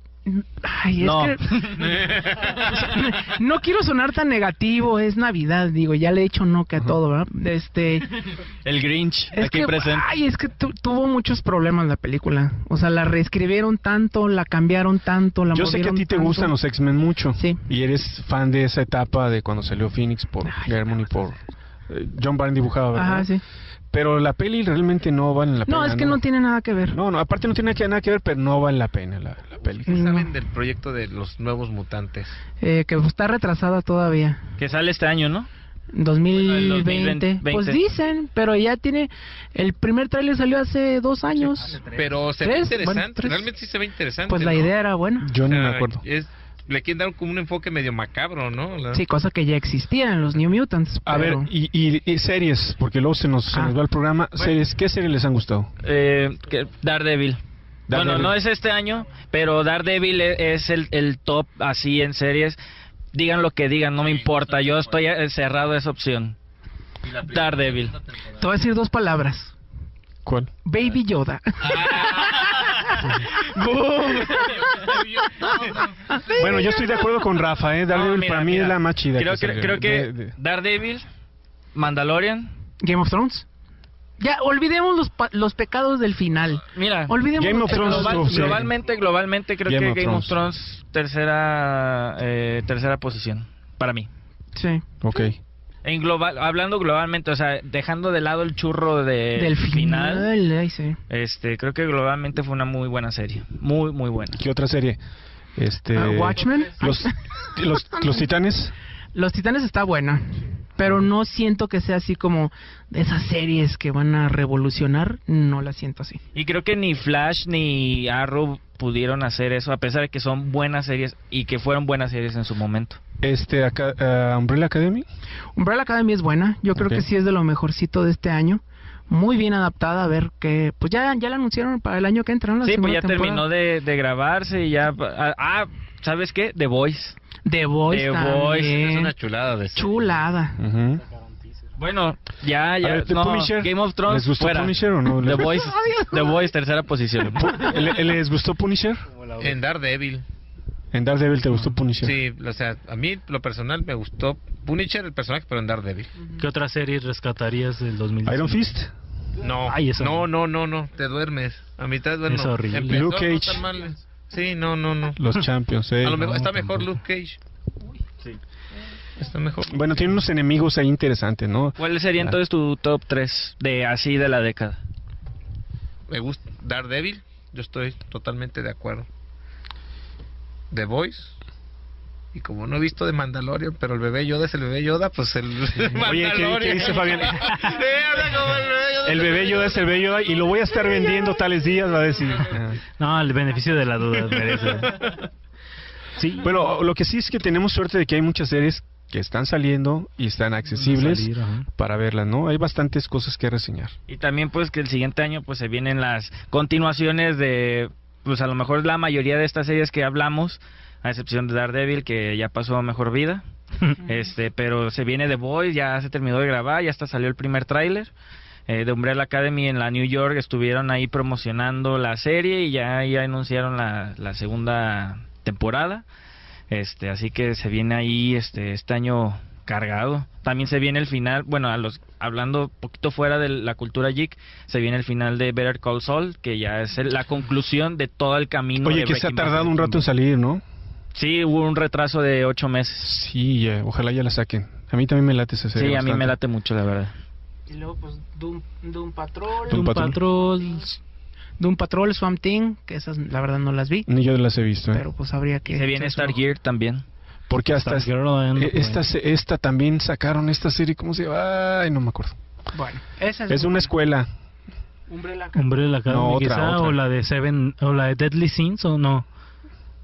S7: Ay, es
S5: No.
S7: que- [LAUGHS] no quiero sonar tan negativo, es Navidad, digo, ya le he dicho no que a todo, ¿verdad? Este,
S5: [LAUGHS] El Grinch,
S7: es
S5: aquí
S7: que,
S5: presente.
S7: ay, es que tu- tuvo muchos problemas la película. O sea, la reescribieron tanto, la cambiaron tanto, la
S2: Yo sé que a ti te gustan los X-Men mucho. Y eres fan de esa etapa de cuando salió Phoenix por Germán y por eh, John Byrne dibujado, ¿verdad?
S7: Ajá, sí.
S2: Pero la peli realmente no vale la pena.
S7: No, es que no tiene nada que ver.
S2: No, no, aparte no tiene que- nada que ver, pero no vale la pena la, la peli.
S7: No.
S6: Saben del proyecto de los nuevos mutantes.
S7: Eh, que está retrasada todavía.
S5: Que sale este año, ¿no?
S7: 2020.
S5: 2020.
S7: Pues dicen, pero ya tiene. El primer tráiler salió hace dos años.
S6: Pero se ve
S7: Tres,
S6: interesante,
S7: bueno, tres.
S6: realmente sí se ve interesante.
S7: Pues la
S6: ¿no?
S7: idea era buena.
S2: Yo
S6: O sea,
S2: eh,
S6: es- le quieren dar como un enfoque medio macabro, ¿no? La-
S7: Sí, cosa que ya existía en los New Mutants.
S2: A ver,
S7: pero- Ah.
S2: y, y- y series, porque luego se nos, se nos va el programa. Series, ¿Qué series les han gustado?
S5: Eh, que- Daredevil. Bueno,
S2: Daredevil.
S5: no es este año, pero Daredevil e- es el, el top así en series. Digan lo que digan, no me importa. Yo estoy eh, cerrado a esa opción. Daredevil. [LAUGHS]
S7: Te voy a decir dos palabras.
S2: ¿Cuál?
S7: Baby Yoda.
S3: Ah.
S2: Bueno, yo estoy de acuerdo con Rafa,
S5: [LAUGHS]
S2: ¿eh? Daredevil
S5: mira,
S2: para mí
S5: mira.
S2: es la más chida.
S5: Creo
S2: que
S5: que,
S2: salió.
S5: creo
S2: De-
S5: que
S2: de-
S5: Daredevil, Mandalorian.
S7: [LAUGHS] Game of Thrones. Ya, olvidemos los, pa- los pecados del final.
S3: Ah.
S5: Mira,
S7: olvidemos
S5: Game
S7: los
S5: of
S7: pecados
S5: Thrones es
S7: del
S5: tu
S7: final.
S5: opción. Globalmente, globalmente creo
S7: Game
S5: que
S7: of
S5: Game of Thrones tercera eh, tercera posición para mí.
S7: Sí.
S2: Ok.
S5: En global, hablando globalmente, o sea, dejando de lado el churro de
S7: Del final. ay, sí.
S5: Este, creo que globalmente fue una muy buena serie, muy muy buena.
S2: ¿Qué otra serie? Este,
S7: Ah, Watchmen.
S2: Los, los, los Titanes.
S7: Los Titanes está buena, pero no siento que sea así como de esas series que van a revolucionar, no la siento así.
S5: Y creo que ni Flash ni Arrow pudieron hacer eso a pesar de que son buenas series y que fueron buenas series en su momento.
S2: Este, acá, eh, Umbrella Academy.
S7: Umbrella Academy es buena, yo creo
S2: Ok.
S7: que sí es de lo mejorcito de este año. Muy bien adaptada, a ver que pues ya ya la anunciaron para el año que entra, ¿no? La
S5: sí, pues
S7: segunda
S5: ya terminó
S7: temporada.
S5: de, de grabarse y ya ah, ah, ¿sabes qué? The Voice.
S7: The Voice
S5: The
S7: también.
S5: Voice es una chulada de
S7: Chulada.
S5: Bueno, ya, ya.
S2: A ver, The
S5: no,
S2: Punisher,
S5: Game of Thrones.
S2: ¿les gustó
S5: fuera.
S2: Punisher o no? [LAUGHS]
S5: The Voice, The Voice, tercera posición. [LAUGHS]
S2: ¿Le- ¿Les gustó Punisher?
S6: En Daredevil.
S2: En Daredevil te gustó Punisher.
S6: Sí, o sea, a mí lo personal me gustó Punisher el personaje, pero en Daredevil.
S11: ¿Qué otra serie rescatarías del 2000?
S2: Iron Fist.
S6: No,
S11: Ay, eso
S6: no, no, no, no, te duermes. A mitad duermes.
S11: Es horrible.
S2: Luke Cage.
S6: Sí, no, no, no.
S2: Los Champions. eh.
S6: a lo mejor,
S2: No,
S6: está
S2: tampoco.
S6: mejor Luke Cage. Está mejor.
S2: Bueno, tiene unos enemigos ahí interesantes, ¿no?
S5: ¿Cuál sería entonces tu top 3 de así de la década?
S6: Me gusta Daredevil. Yo estoy totalmente de acuerdo. The Voice. Y como no he visto de Mandalorian, pero el bebé Yoda es el bebé Yoda, pues el [LAUGHS]
S2: Oye, ¿qué- ¿qué,
S6: Mandalorian.
S2: dice
S6: [LAUGHS]
S2: Fabián?
S6: Sí, habla como el bebé Yoda.
S2: El bebé Yoda es el bebé Yoda y lo voy a estar vendiendo tales días, va a decir.
S11: No, el beneficio de la
S5: [LAUGHS]
S11: duda merece.
S2: Sí. Bueno, lo que sí es que tenemos suerte de que hay muchas series que están saliendo y están accesibles
S11: salir, ajá.
S2: para verlas, ¿no? Hay bastantes cosas que reseñar.
S5: Y también pues que el siguiente año pues se vienen las continuaciones de pues a lo mejor la mayoría de estas series que hablamos, a excepción de Daredevil que ya pasó a mejor vida. [LAUGHS] este, pero se viene The Voice, ya se terminó de grabar, ya hasta salió el primer tráiler. Eh, de Umbrella Academy en la New York estuvieron ahí promocionando la serie y ya, ya anunciaron la, la segunda temporada. Este, así que se viene ahí este este año cargado. También se viene el final, bueno, a los hablando poquito fuera de la cultura geek, se viene el final de Better Call Saul, que ya es el- la conclusión de todo el camino
S2: Oye,
S5: de
S2: que se ha
S5: Breaking Bad.
S2: tardado un rato en salir, ¿no?
S5: Sí, hubo un retraso de ocho meses.
S2: Sí, ya, ojalá ya la saquen. A mí también me late esa serie.
S5: Sí, a mí
S2: bastante.
S5: me late mucho, la verdad.
S7: Y luego pues Doom, Doom Patrol,
S2: Doom Patrol.
S7: Doom Patrol, Swamp Thing, que esas la verdad no las vi,
S2: Ni yo las he visto. ¿eh?
S7: pero pues habría que
S5: Se viene Stargear también.
S2: Porque hasta eh, esta, se- esta también sacaron esta serie, ¿cómo se llama? Ay, no me acuerdo.
S7: Bueno, esa es,
S2: Es una escuela.
S7: Umbrella Academy.
S11: Hombre, la
S2: No, otra,
S11: quizá, o
S2: otra.
S11: la de Seven, o la de Deadly Sins, o no.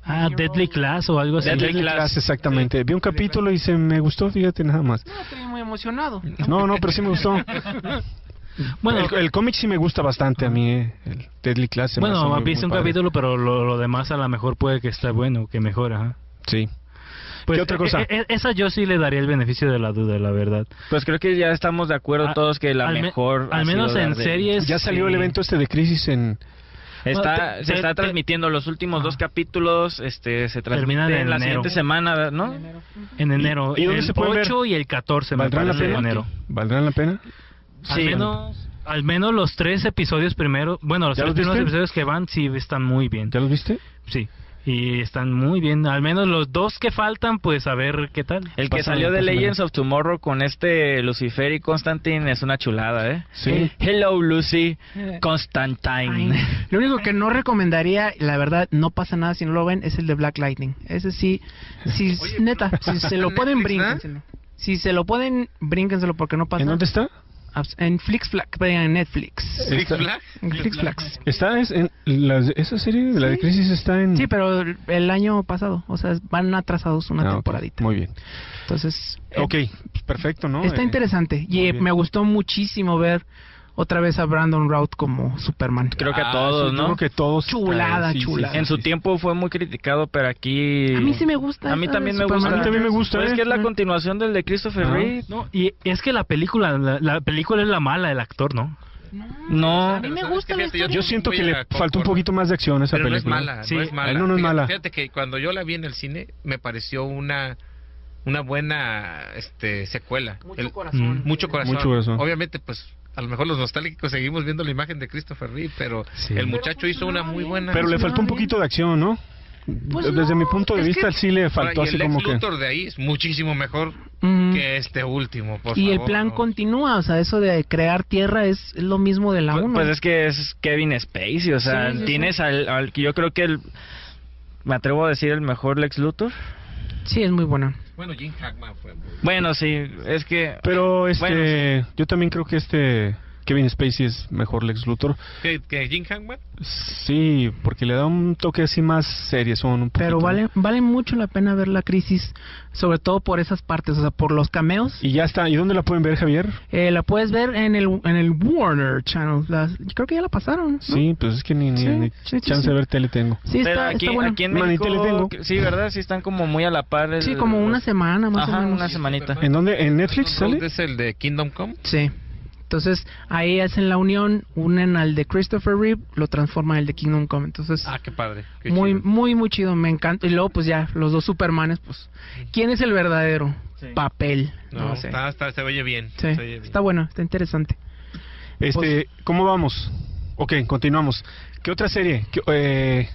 S11: Ah, Deadly Class o algo así.
S2: Deadly Class, exactamente. Vi un capítulo y se me gustó, fíjate nada más.
S7: No, Ah, estoy muy [LAUGHS] emocionado.
S2: No, no, pero sí me gustó.
S11: Bueno.
S2: el, el cómic sí me gusta bastante a mí, eh, el Deadly Class. se me hace
S11: Bueno,
S2: muy-
S11: viste
S2: muy
S11: un
S2: padre.
S11: capítulo, pero lo, lo demás a lo mejor puede que está bueno, que mejora. ajá.
S2: Sí.
S11: Pues,
S2: ¿Qué otra cosa?
S11: eh, eh, esa yo sí le daría el beneficio de la duda, la verdad.
S5: Pues creo que ya estamos de acuerdo
S11: A-
S5: todos que la
S11: Ah, al me-
S5: mejor. ha
S11: al menos
S5: sido
S11: en
S5: Daredevil.
S11: series,
S2: ya salió
S11: sí.
S2: el evento este de crisis en
S5: Está, se está transmitiendo los últimos dos capítulos, este se
S3: Terminan
S5: transmite
S3: en
S5: en la
S3: enero.
S5: siguiente semana, ¿no?
S3: En enero.
S5: ¿Y, y dónde
S3: el
S5: se puede
S3: 8
S5: ver?
S3: y el 14 me
S2: ¿Valdrán la
S3: parece, de
S2: pena?
S3: enero.
S2: ¿Valdrán la pena?
S3: al, menos, al menos los tres episodios primero, bueno, los
S2: ¿Ya
S3: tres
S2: los
S3: primeros
S2: viste?
S3: episodios que van sí están muy bien.
S2: ¿Ya los viste?
S3: Sí. Y están muy bien. Al menos los dos que faltan, pues a ver qué tal.
S5: El que salió de Legends of Tomorrow con este Lucifer y Constantine es una chulada, ¿eh?
S2: Sí.
S5: Hello Lucy Constantine.
S7: Lo único que no recomendaría, la verdad, no pasa nada si no lo ven, es el de Black Lightning. Ese sí, sí neta, si se lo pueden, bríncenselo. Si se lo pueden, bríncenselo porque no pasa
S2: ¿En dónde está?
S7: Abs- En Flix Flag, en Netflix.
S2: ¿Flix Está- Flag?
S7: En Flix Flags.
S2: Está es- en la- esa serie, la de Crisis está en
S7: Sí, pero el año pasado, o sea, van atrasados una
S2: Ah, ok.
S7: temporadita.
S2: Muy bien.
S7: Entonces, eh,
S2: Ok, pues perfecto, ¿no?
S7: Está
S2: Eh,
S7: interesante y eh,
S2: bien.
S7: me gustó muchísimo ver otra vez a Brandon Routh como Superman.
S5: Creo que
S2: Ah,
S5: a todos,
S2: sí,
S5: ¿no?
S2: creo que todos.
S7: Chulada,
S2: Sí, sí,
S7: chulada.
S5: En su tiempo fue muy criticado, pero aquí...
S7: A mí sí me gusta.
S5: A mí
S7: esa
S5: también me
S7: de
S5: gusta.
S7: Superman. eh.
S5: Pues es que es la continuación del de Christopher
S3: Ajá.
S5: Reeve.
S3: No, y es que la película, la, la película es la mala del actor, ¿no?
S5: No.
S3: A mí me gusta
S6: fíjate,
S2: Yo, siento
S6: voy
S2: que
S6: a
S2: le falta un
S6: concordar.
S2: poquito más de acción a esa
S6: Pero no es
S2: película.
S6: mala, no es mala.
S2: Eh, No, no es
S6: Fíjate-
S2: mala.
S6: Fíjate que cuando yo la vi en el cine me pareció una una buena este secuela. Mucho
S2: corazón.
S6: Mucho corazón.
S2: Mucho corazón.
S6: Obviamente pues a lo mejor los nostálgicos seguimos viendo la imagen de Christopher Reeve, pero
S2: Sí.
S6: el muchacho hizo una muy buena.
S2: Pero le faltó un poquito de acción, ¿no?
S7: Pues
S2: Desde mi punto de vista, sí le faltó
S6: Ahora, y
S2: así
S6: el
S2: como
S6: Lex
S2: que.
S6: Luthor de ahí es muchísimo mejor
S7: Mm.
S6: que este último, por
S7: y el
S6: favor,
S7: plan
S6: ¿no?
S7: continúa, o sea, eso de crear tierra es, es lo mismo de la 1.
S5: Pues es que es Kevin Spacey, o sea,
S7: Sí, sí, sí.
S5: tienes al, al que yo creo que el, me atrevo a decir el mejor Lex Luthor.
S7: Sí, es muy buena.
S6: Bueno, Jim Hackman fue muy-
S5: Bueno, sí, es que
S2: Pero este,
S5: Bueno,
S2: yo también creo que este Kevin Spacey es mejor Lex Luthor.
S6: ¿Que, que Jim Hackman?
S2: Sí, porque le da un toque así más serio, son un poquito.
S7: Pero vale, vale mucho la pena ver la crisis, sobre todo por esas partes, o sea, por los cameos.
S2: Y ya está. ¿Y dónde la pueden ver, Javier?
S7: Eh, la puedes ver en el, en el Warner Channel. las- yo creo que ya la pasaron. ¿no?
S2: Sí, pues es que ni, ni,
S7: Sí,
S2: ni
S7: sí, sí,
S2: chance
S7: sí.
S2: de ver tele tengo.
S7: Sí, está,
S5: pero aquí,
S7: está bueno.
S5: aquí en
S2: Bueno, y
S5: México,
S2: Teletengo.
S5: sí, verdad, sí están como muy a la par. el-
S7: Sí, como una semana más
S5: Ajá,
S7: o menos.
S5: una semanita.
S2: ¿En dónde? ¿En Netflix sale?
S6: ¿Es el de Kingdom Come?
S7: Sí. Entonces, ahí hacen la unión, unen al de Christopher Reeve, lo transforman en el de Kingdom Come. Entonces,
S6: Ah, qué padre. qué
S7: muy,
S6: chido.
S7: muy, muy chido, me encanta. Y luego, pues ya, los dos Supermanes, pues, ¿quién es el verdadero? Papel. No,
S6: No,
S7: sé.
S6: está, está- se oye bien.
S7: Sí,
S6: se oye bien.
S7: está bueno, está interesante.
S2: Este, ¿cómo vamos? Ok, continuamos. ¿Qué otra serie? ¿Qué, eh,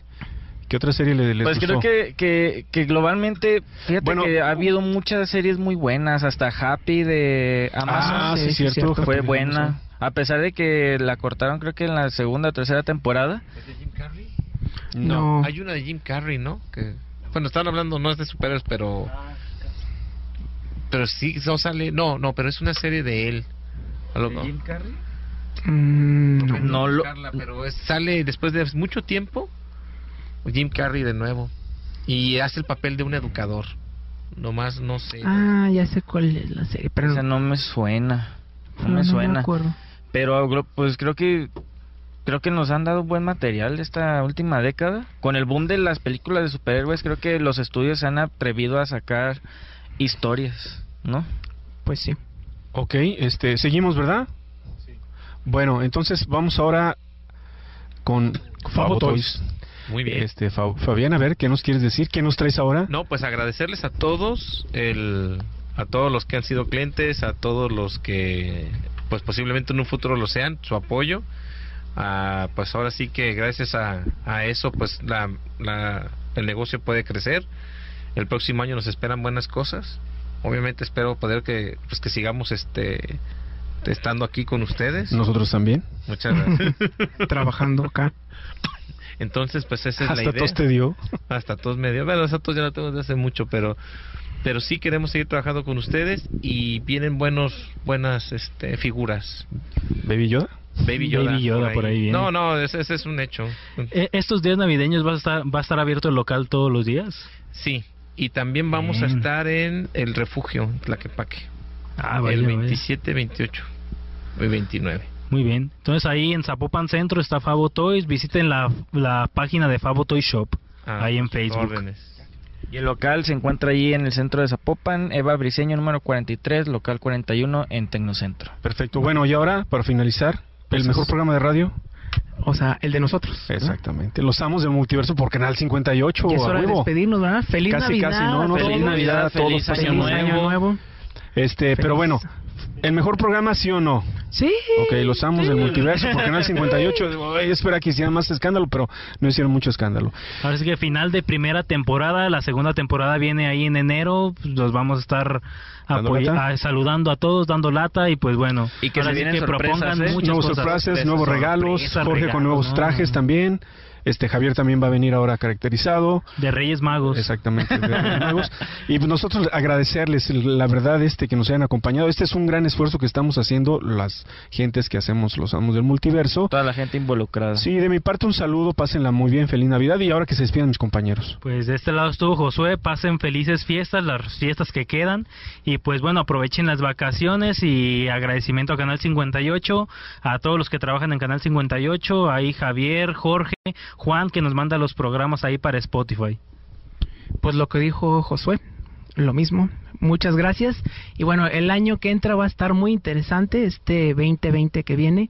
S2: ¿qué otra serie le, les
S5: Pues creo
S2: gustó?
S5: que, que, que globalmente, fíjate
S2: Bueno.
S5: que ha habido muchas series muy buenas, hasta Happy de Amazon.
S2: Ah, sí,
S7: sí,
S2: cierto.
S7: sí, cierto.
S5: fue
S2: Happy
S5: buena.
S2: Amazon.
S5: A pesar de que la cortaron creo que en la segunda o tercera temporada.
S6: ¿Es de Jim Carrey?
S7: No.
S6: Hay una de Jim Carrey, ¿no? Que, bueno, están hablando, no es de superhéroes, pero... Pero sí, no sale... No, no, pero es una serie de él. A lo-
S5: Carrey?
S7: Mm, no.
S5: No lo-
S6: buscarla, pero es- sale después de mucho tiempo Jim Carrey de nuevo. Y hace el papel de un educador. Nomás no sé.
S7: Ah, ya sé cuál es la serie, pero
S5: Esa no me suena. No
S7: pero
S5: me
S7: me
S5: suena.
S7: acuerdo.
S5: Pero glo- pues creo que creo que nos han dado buen material esta última década. Con el boom de las películas de superhéroes, creo que los estudios se han atrevido a sacar historias, ¿no?
S7: Pues sí.
S2: Ok, este, seguimos, ¿verdad? Bueno, entonces vamos ahora con Fabo Toys.
S6: Muy bien.
S2: Este, Fa- Fabián, a ver, ¿qué nos quieres decir? ¿Qué nos traes ahora?
S6: No, pues agradecerles a todos, el, a todos los que han sido clientes, a todos los que, pues posiblemente en un futuro lo sean, su apoyo. Ah, pues ahora sí que gracias a, a eso, pues la, la- el negocio puede crecer. El próximo año nos esperan buenas cosas. Obviamente espero poder que, pues que sigamos este estando aquí con ustedes.
S2: Nosotros también.
S6: Muchas gracias.
S7: [LAUGHS] Trabajando acá.
S6: Entonces, pues esa es la
S2: Hasta
S6: idea.
S2: tos te dio.
S6: hasta tos medio. Bueno, esa tos ya la tengo desde hace mucho, pero pero sí queremos seguir trabajando con ustedes y vienen buenos buenas este, figuras.
S2: Baby Yoda.
S6: Baby Yoda,
S3: Baby Yoda por ahí viene.
S6: No, no, ese, ese es un hecho.
S3: Eh, ¿Estos días navideños va a, estar, va a estar abierto el local todos los días?
S6: Sí, y también vamos a
S3: Bien.
S6: estar en el refugio en Tlaquepaque,
S3: Ah,
S6: el
S3: vaya, vaya.
S6: 27, 28 y 29.
S3: Muy bien. Entonces ahí en Zapopan Centro está Fabo Toys. Visiten la, la página de Fabo Toy Shop.
S6: Ah,
S3: ahí en Facebook.
S6: órdenes.
S5: Y el local se encuentra allí en el centro de Zapopan, Eva Briseño número 43, local 41 en Tecnocentro.
S6: Pues,
S2: Perfecto. Bueno, y ahora, para finalizar, el mejor programa de radio.
S7: O sea, el de nosotros. ¿no?
S2: Exactamente. Los amos del multiverso por Canal 58.
S7: Y es
S2: Oh,
S7: hora
S2: a
S7: de
S2: huevo.
S7: despedirnos, ¿verdad? Feliz
S2: Casi,
S7: Navidad.
S2: casi, no, no,
S7: feliz
S2: feliz Navidad a todos,
S7: Feliz,
S2: año
S7: feliz año
S2: nuevo.
S7: nuevo.
S2: Este, pero bueno, ¿el mejor programa sí o no?
S7: Sí.
S2: Ok, los amos del multiverso por Canal [LAUGHS] 58. Digo, "Ay, espera que hicieran más escándalo, pero no hicieron mucho escándalo.
S3: Ahora sí que final de primera temporada, la segunda temporada viene ahí en enero, pues, los vamos a estar
S2: ¿Dando
S3: apoy-
S2: lata?
S3: a- saludando a todos, dando lata y pues bueno,
S2: Y
S6: que
S3: ahora
S6: se
S3: sí
S6: vienen sorpresas, ¿eh?
S3: muchas
S2: nuevos
S3: cosas.
S2: este, sorpresas, nuevos regalos,
S3: sorpresas,
S2: Jorge con nuevos
S3: regalos,
S2: trajes también. Este Javier también va a venir ahora caracterizado.
S3: De Reyes
S2: Pues
S3: Magos.
S2: Exactamente, [LAUGHS] de Reyes Magos. Y pues nosotros agradecerles la verdad este que nos hayan acompañado. Este es un gran esfuerzo que estamos haciendo las gentes que hacemos los amos del multiverso.
S5: Toda la gente involucrada.
S2: Sí, de mi parte un saludo, pásenla muy bien, feliz Navidad y ahora que se despidan mis compañeros.
S3: Pues de este lado estuvo Josué, pasen felices fiestas, las fiestas que quedan y pues bueno, aprovechen las vacaciones y agradecimiento a Canal 58, a todos los que trabajan en Canal 58, ahí Javier, Jorge, Juan que nos manda los programas ahí para Spotify.
S7: Pues lo que dijo Josué, lo mismo. Muchas gracias. Y bueno, el año que entra va a estar muy interesante, este 2020 que viene.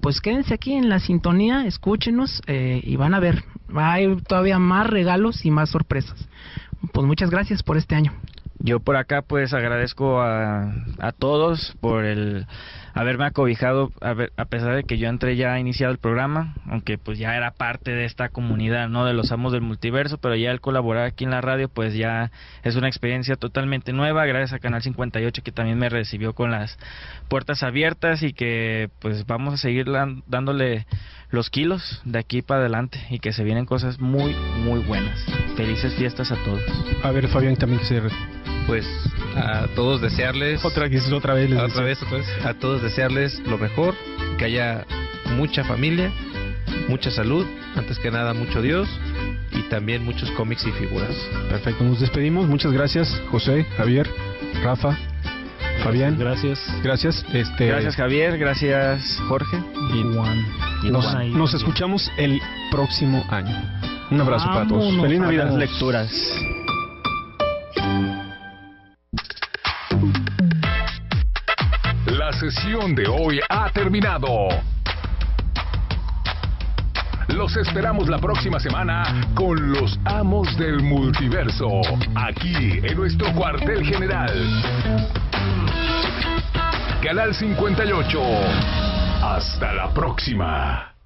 S7: Pues quédense aquí en la sintonía, escúchenos eh, y van a ver. Hay todavía más regalos y más sorpresas. Pues muchas gracias por este año.
S5: Yo por acá pues agradezco a, a todos por el haberme acobijado a, ver- a pesar de que yo entré ya iniciado el programa, aunque pues ya era parte de esta comunidad, ¿no? De los amos del multiverso, pero ya el colaborar aquí en la radio pues ya es una experiencia totalmente nueva, gracias a Canal 58 que también me recibió con las puertas abiertas y que pues vamos a seguir lan- dándole los kilos de aquí para adelante y que se vienen cosas muy muy buenas. Felices fiestas a todos.
S2: A ver, Fabián también que se
S6: Pues a todos desearles
S2: otra vez otra vez les
S6: otra vez, otra vez. a todos desearles lo mejor, que haya mucha familia, mucha salud, antes que nada mucho Dios y también muchos cómics y figuras.
S2: Perfecto, nos despedimos. Muchas gracias, José, Javier, Rafa, Fabián.
S5: Gracias.
S2: Gracias. Este,
S5: Gracias Javier, gracias Jorge.
S2: Y
S3: Juan.
S2: Nos, nos escuchamos el próximo año. Un abrazo para todos.
S5: Vámonos
S2: Feliz
S5: a
S2: Navidad.
S5: las lecturas.
S1: La sesión de hoy ha terminado. Los esperamos la próxima semana con los amos del multiverso, aquí en nuestro cuartel general. Canal 58. Hasta la próxima.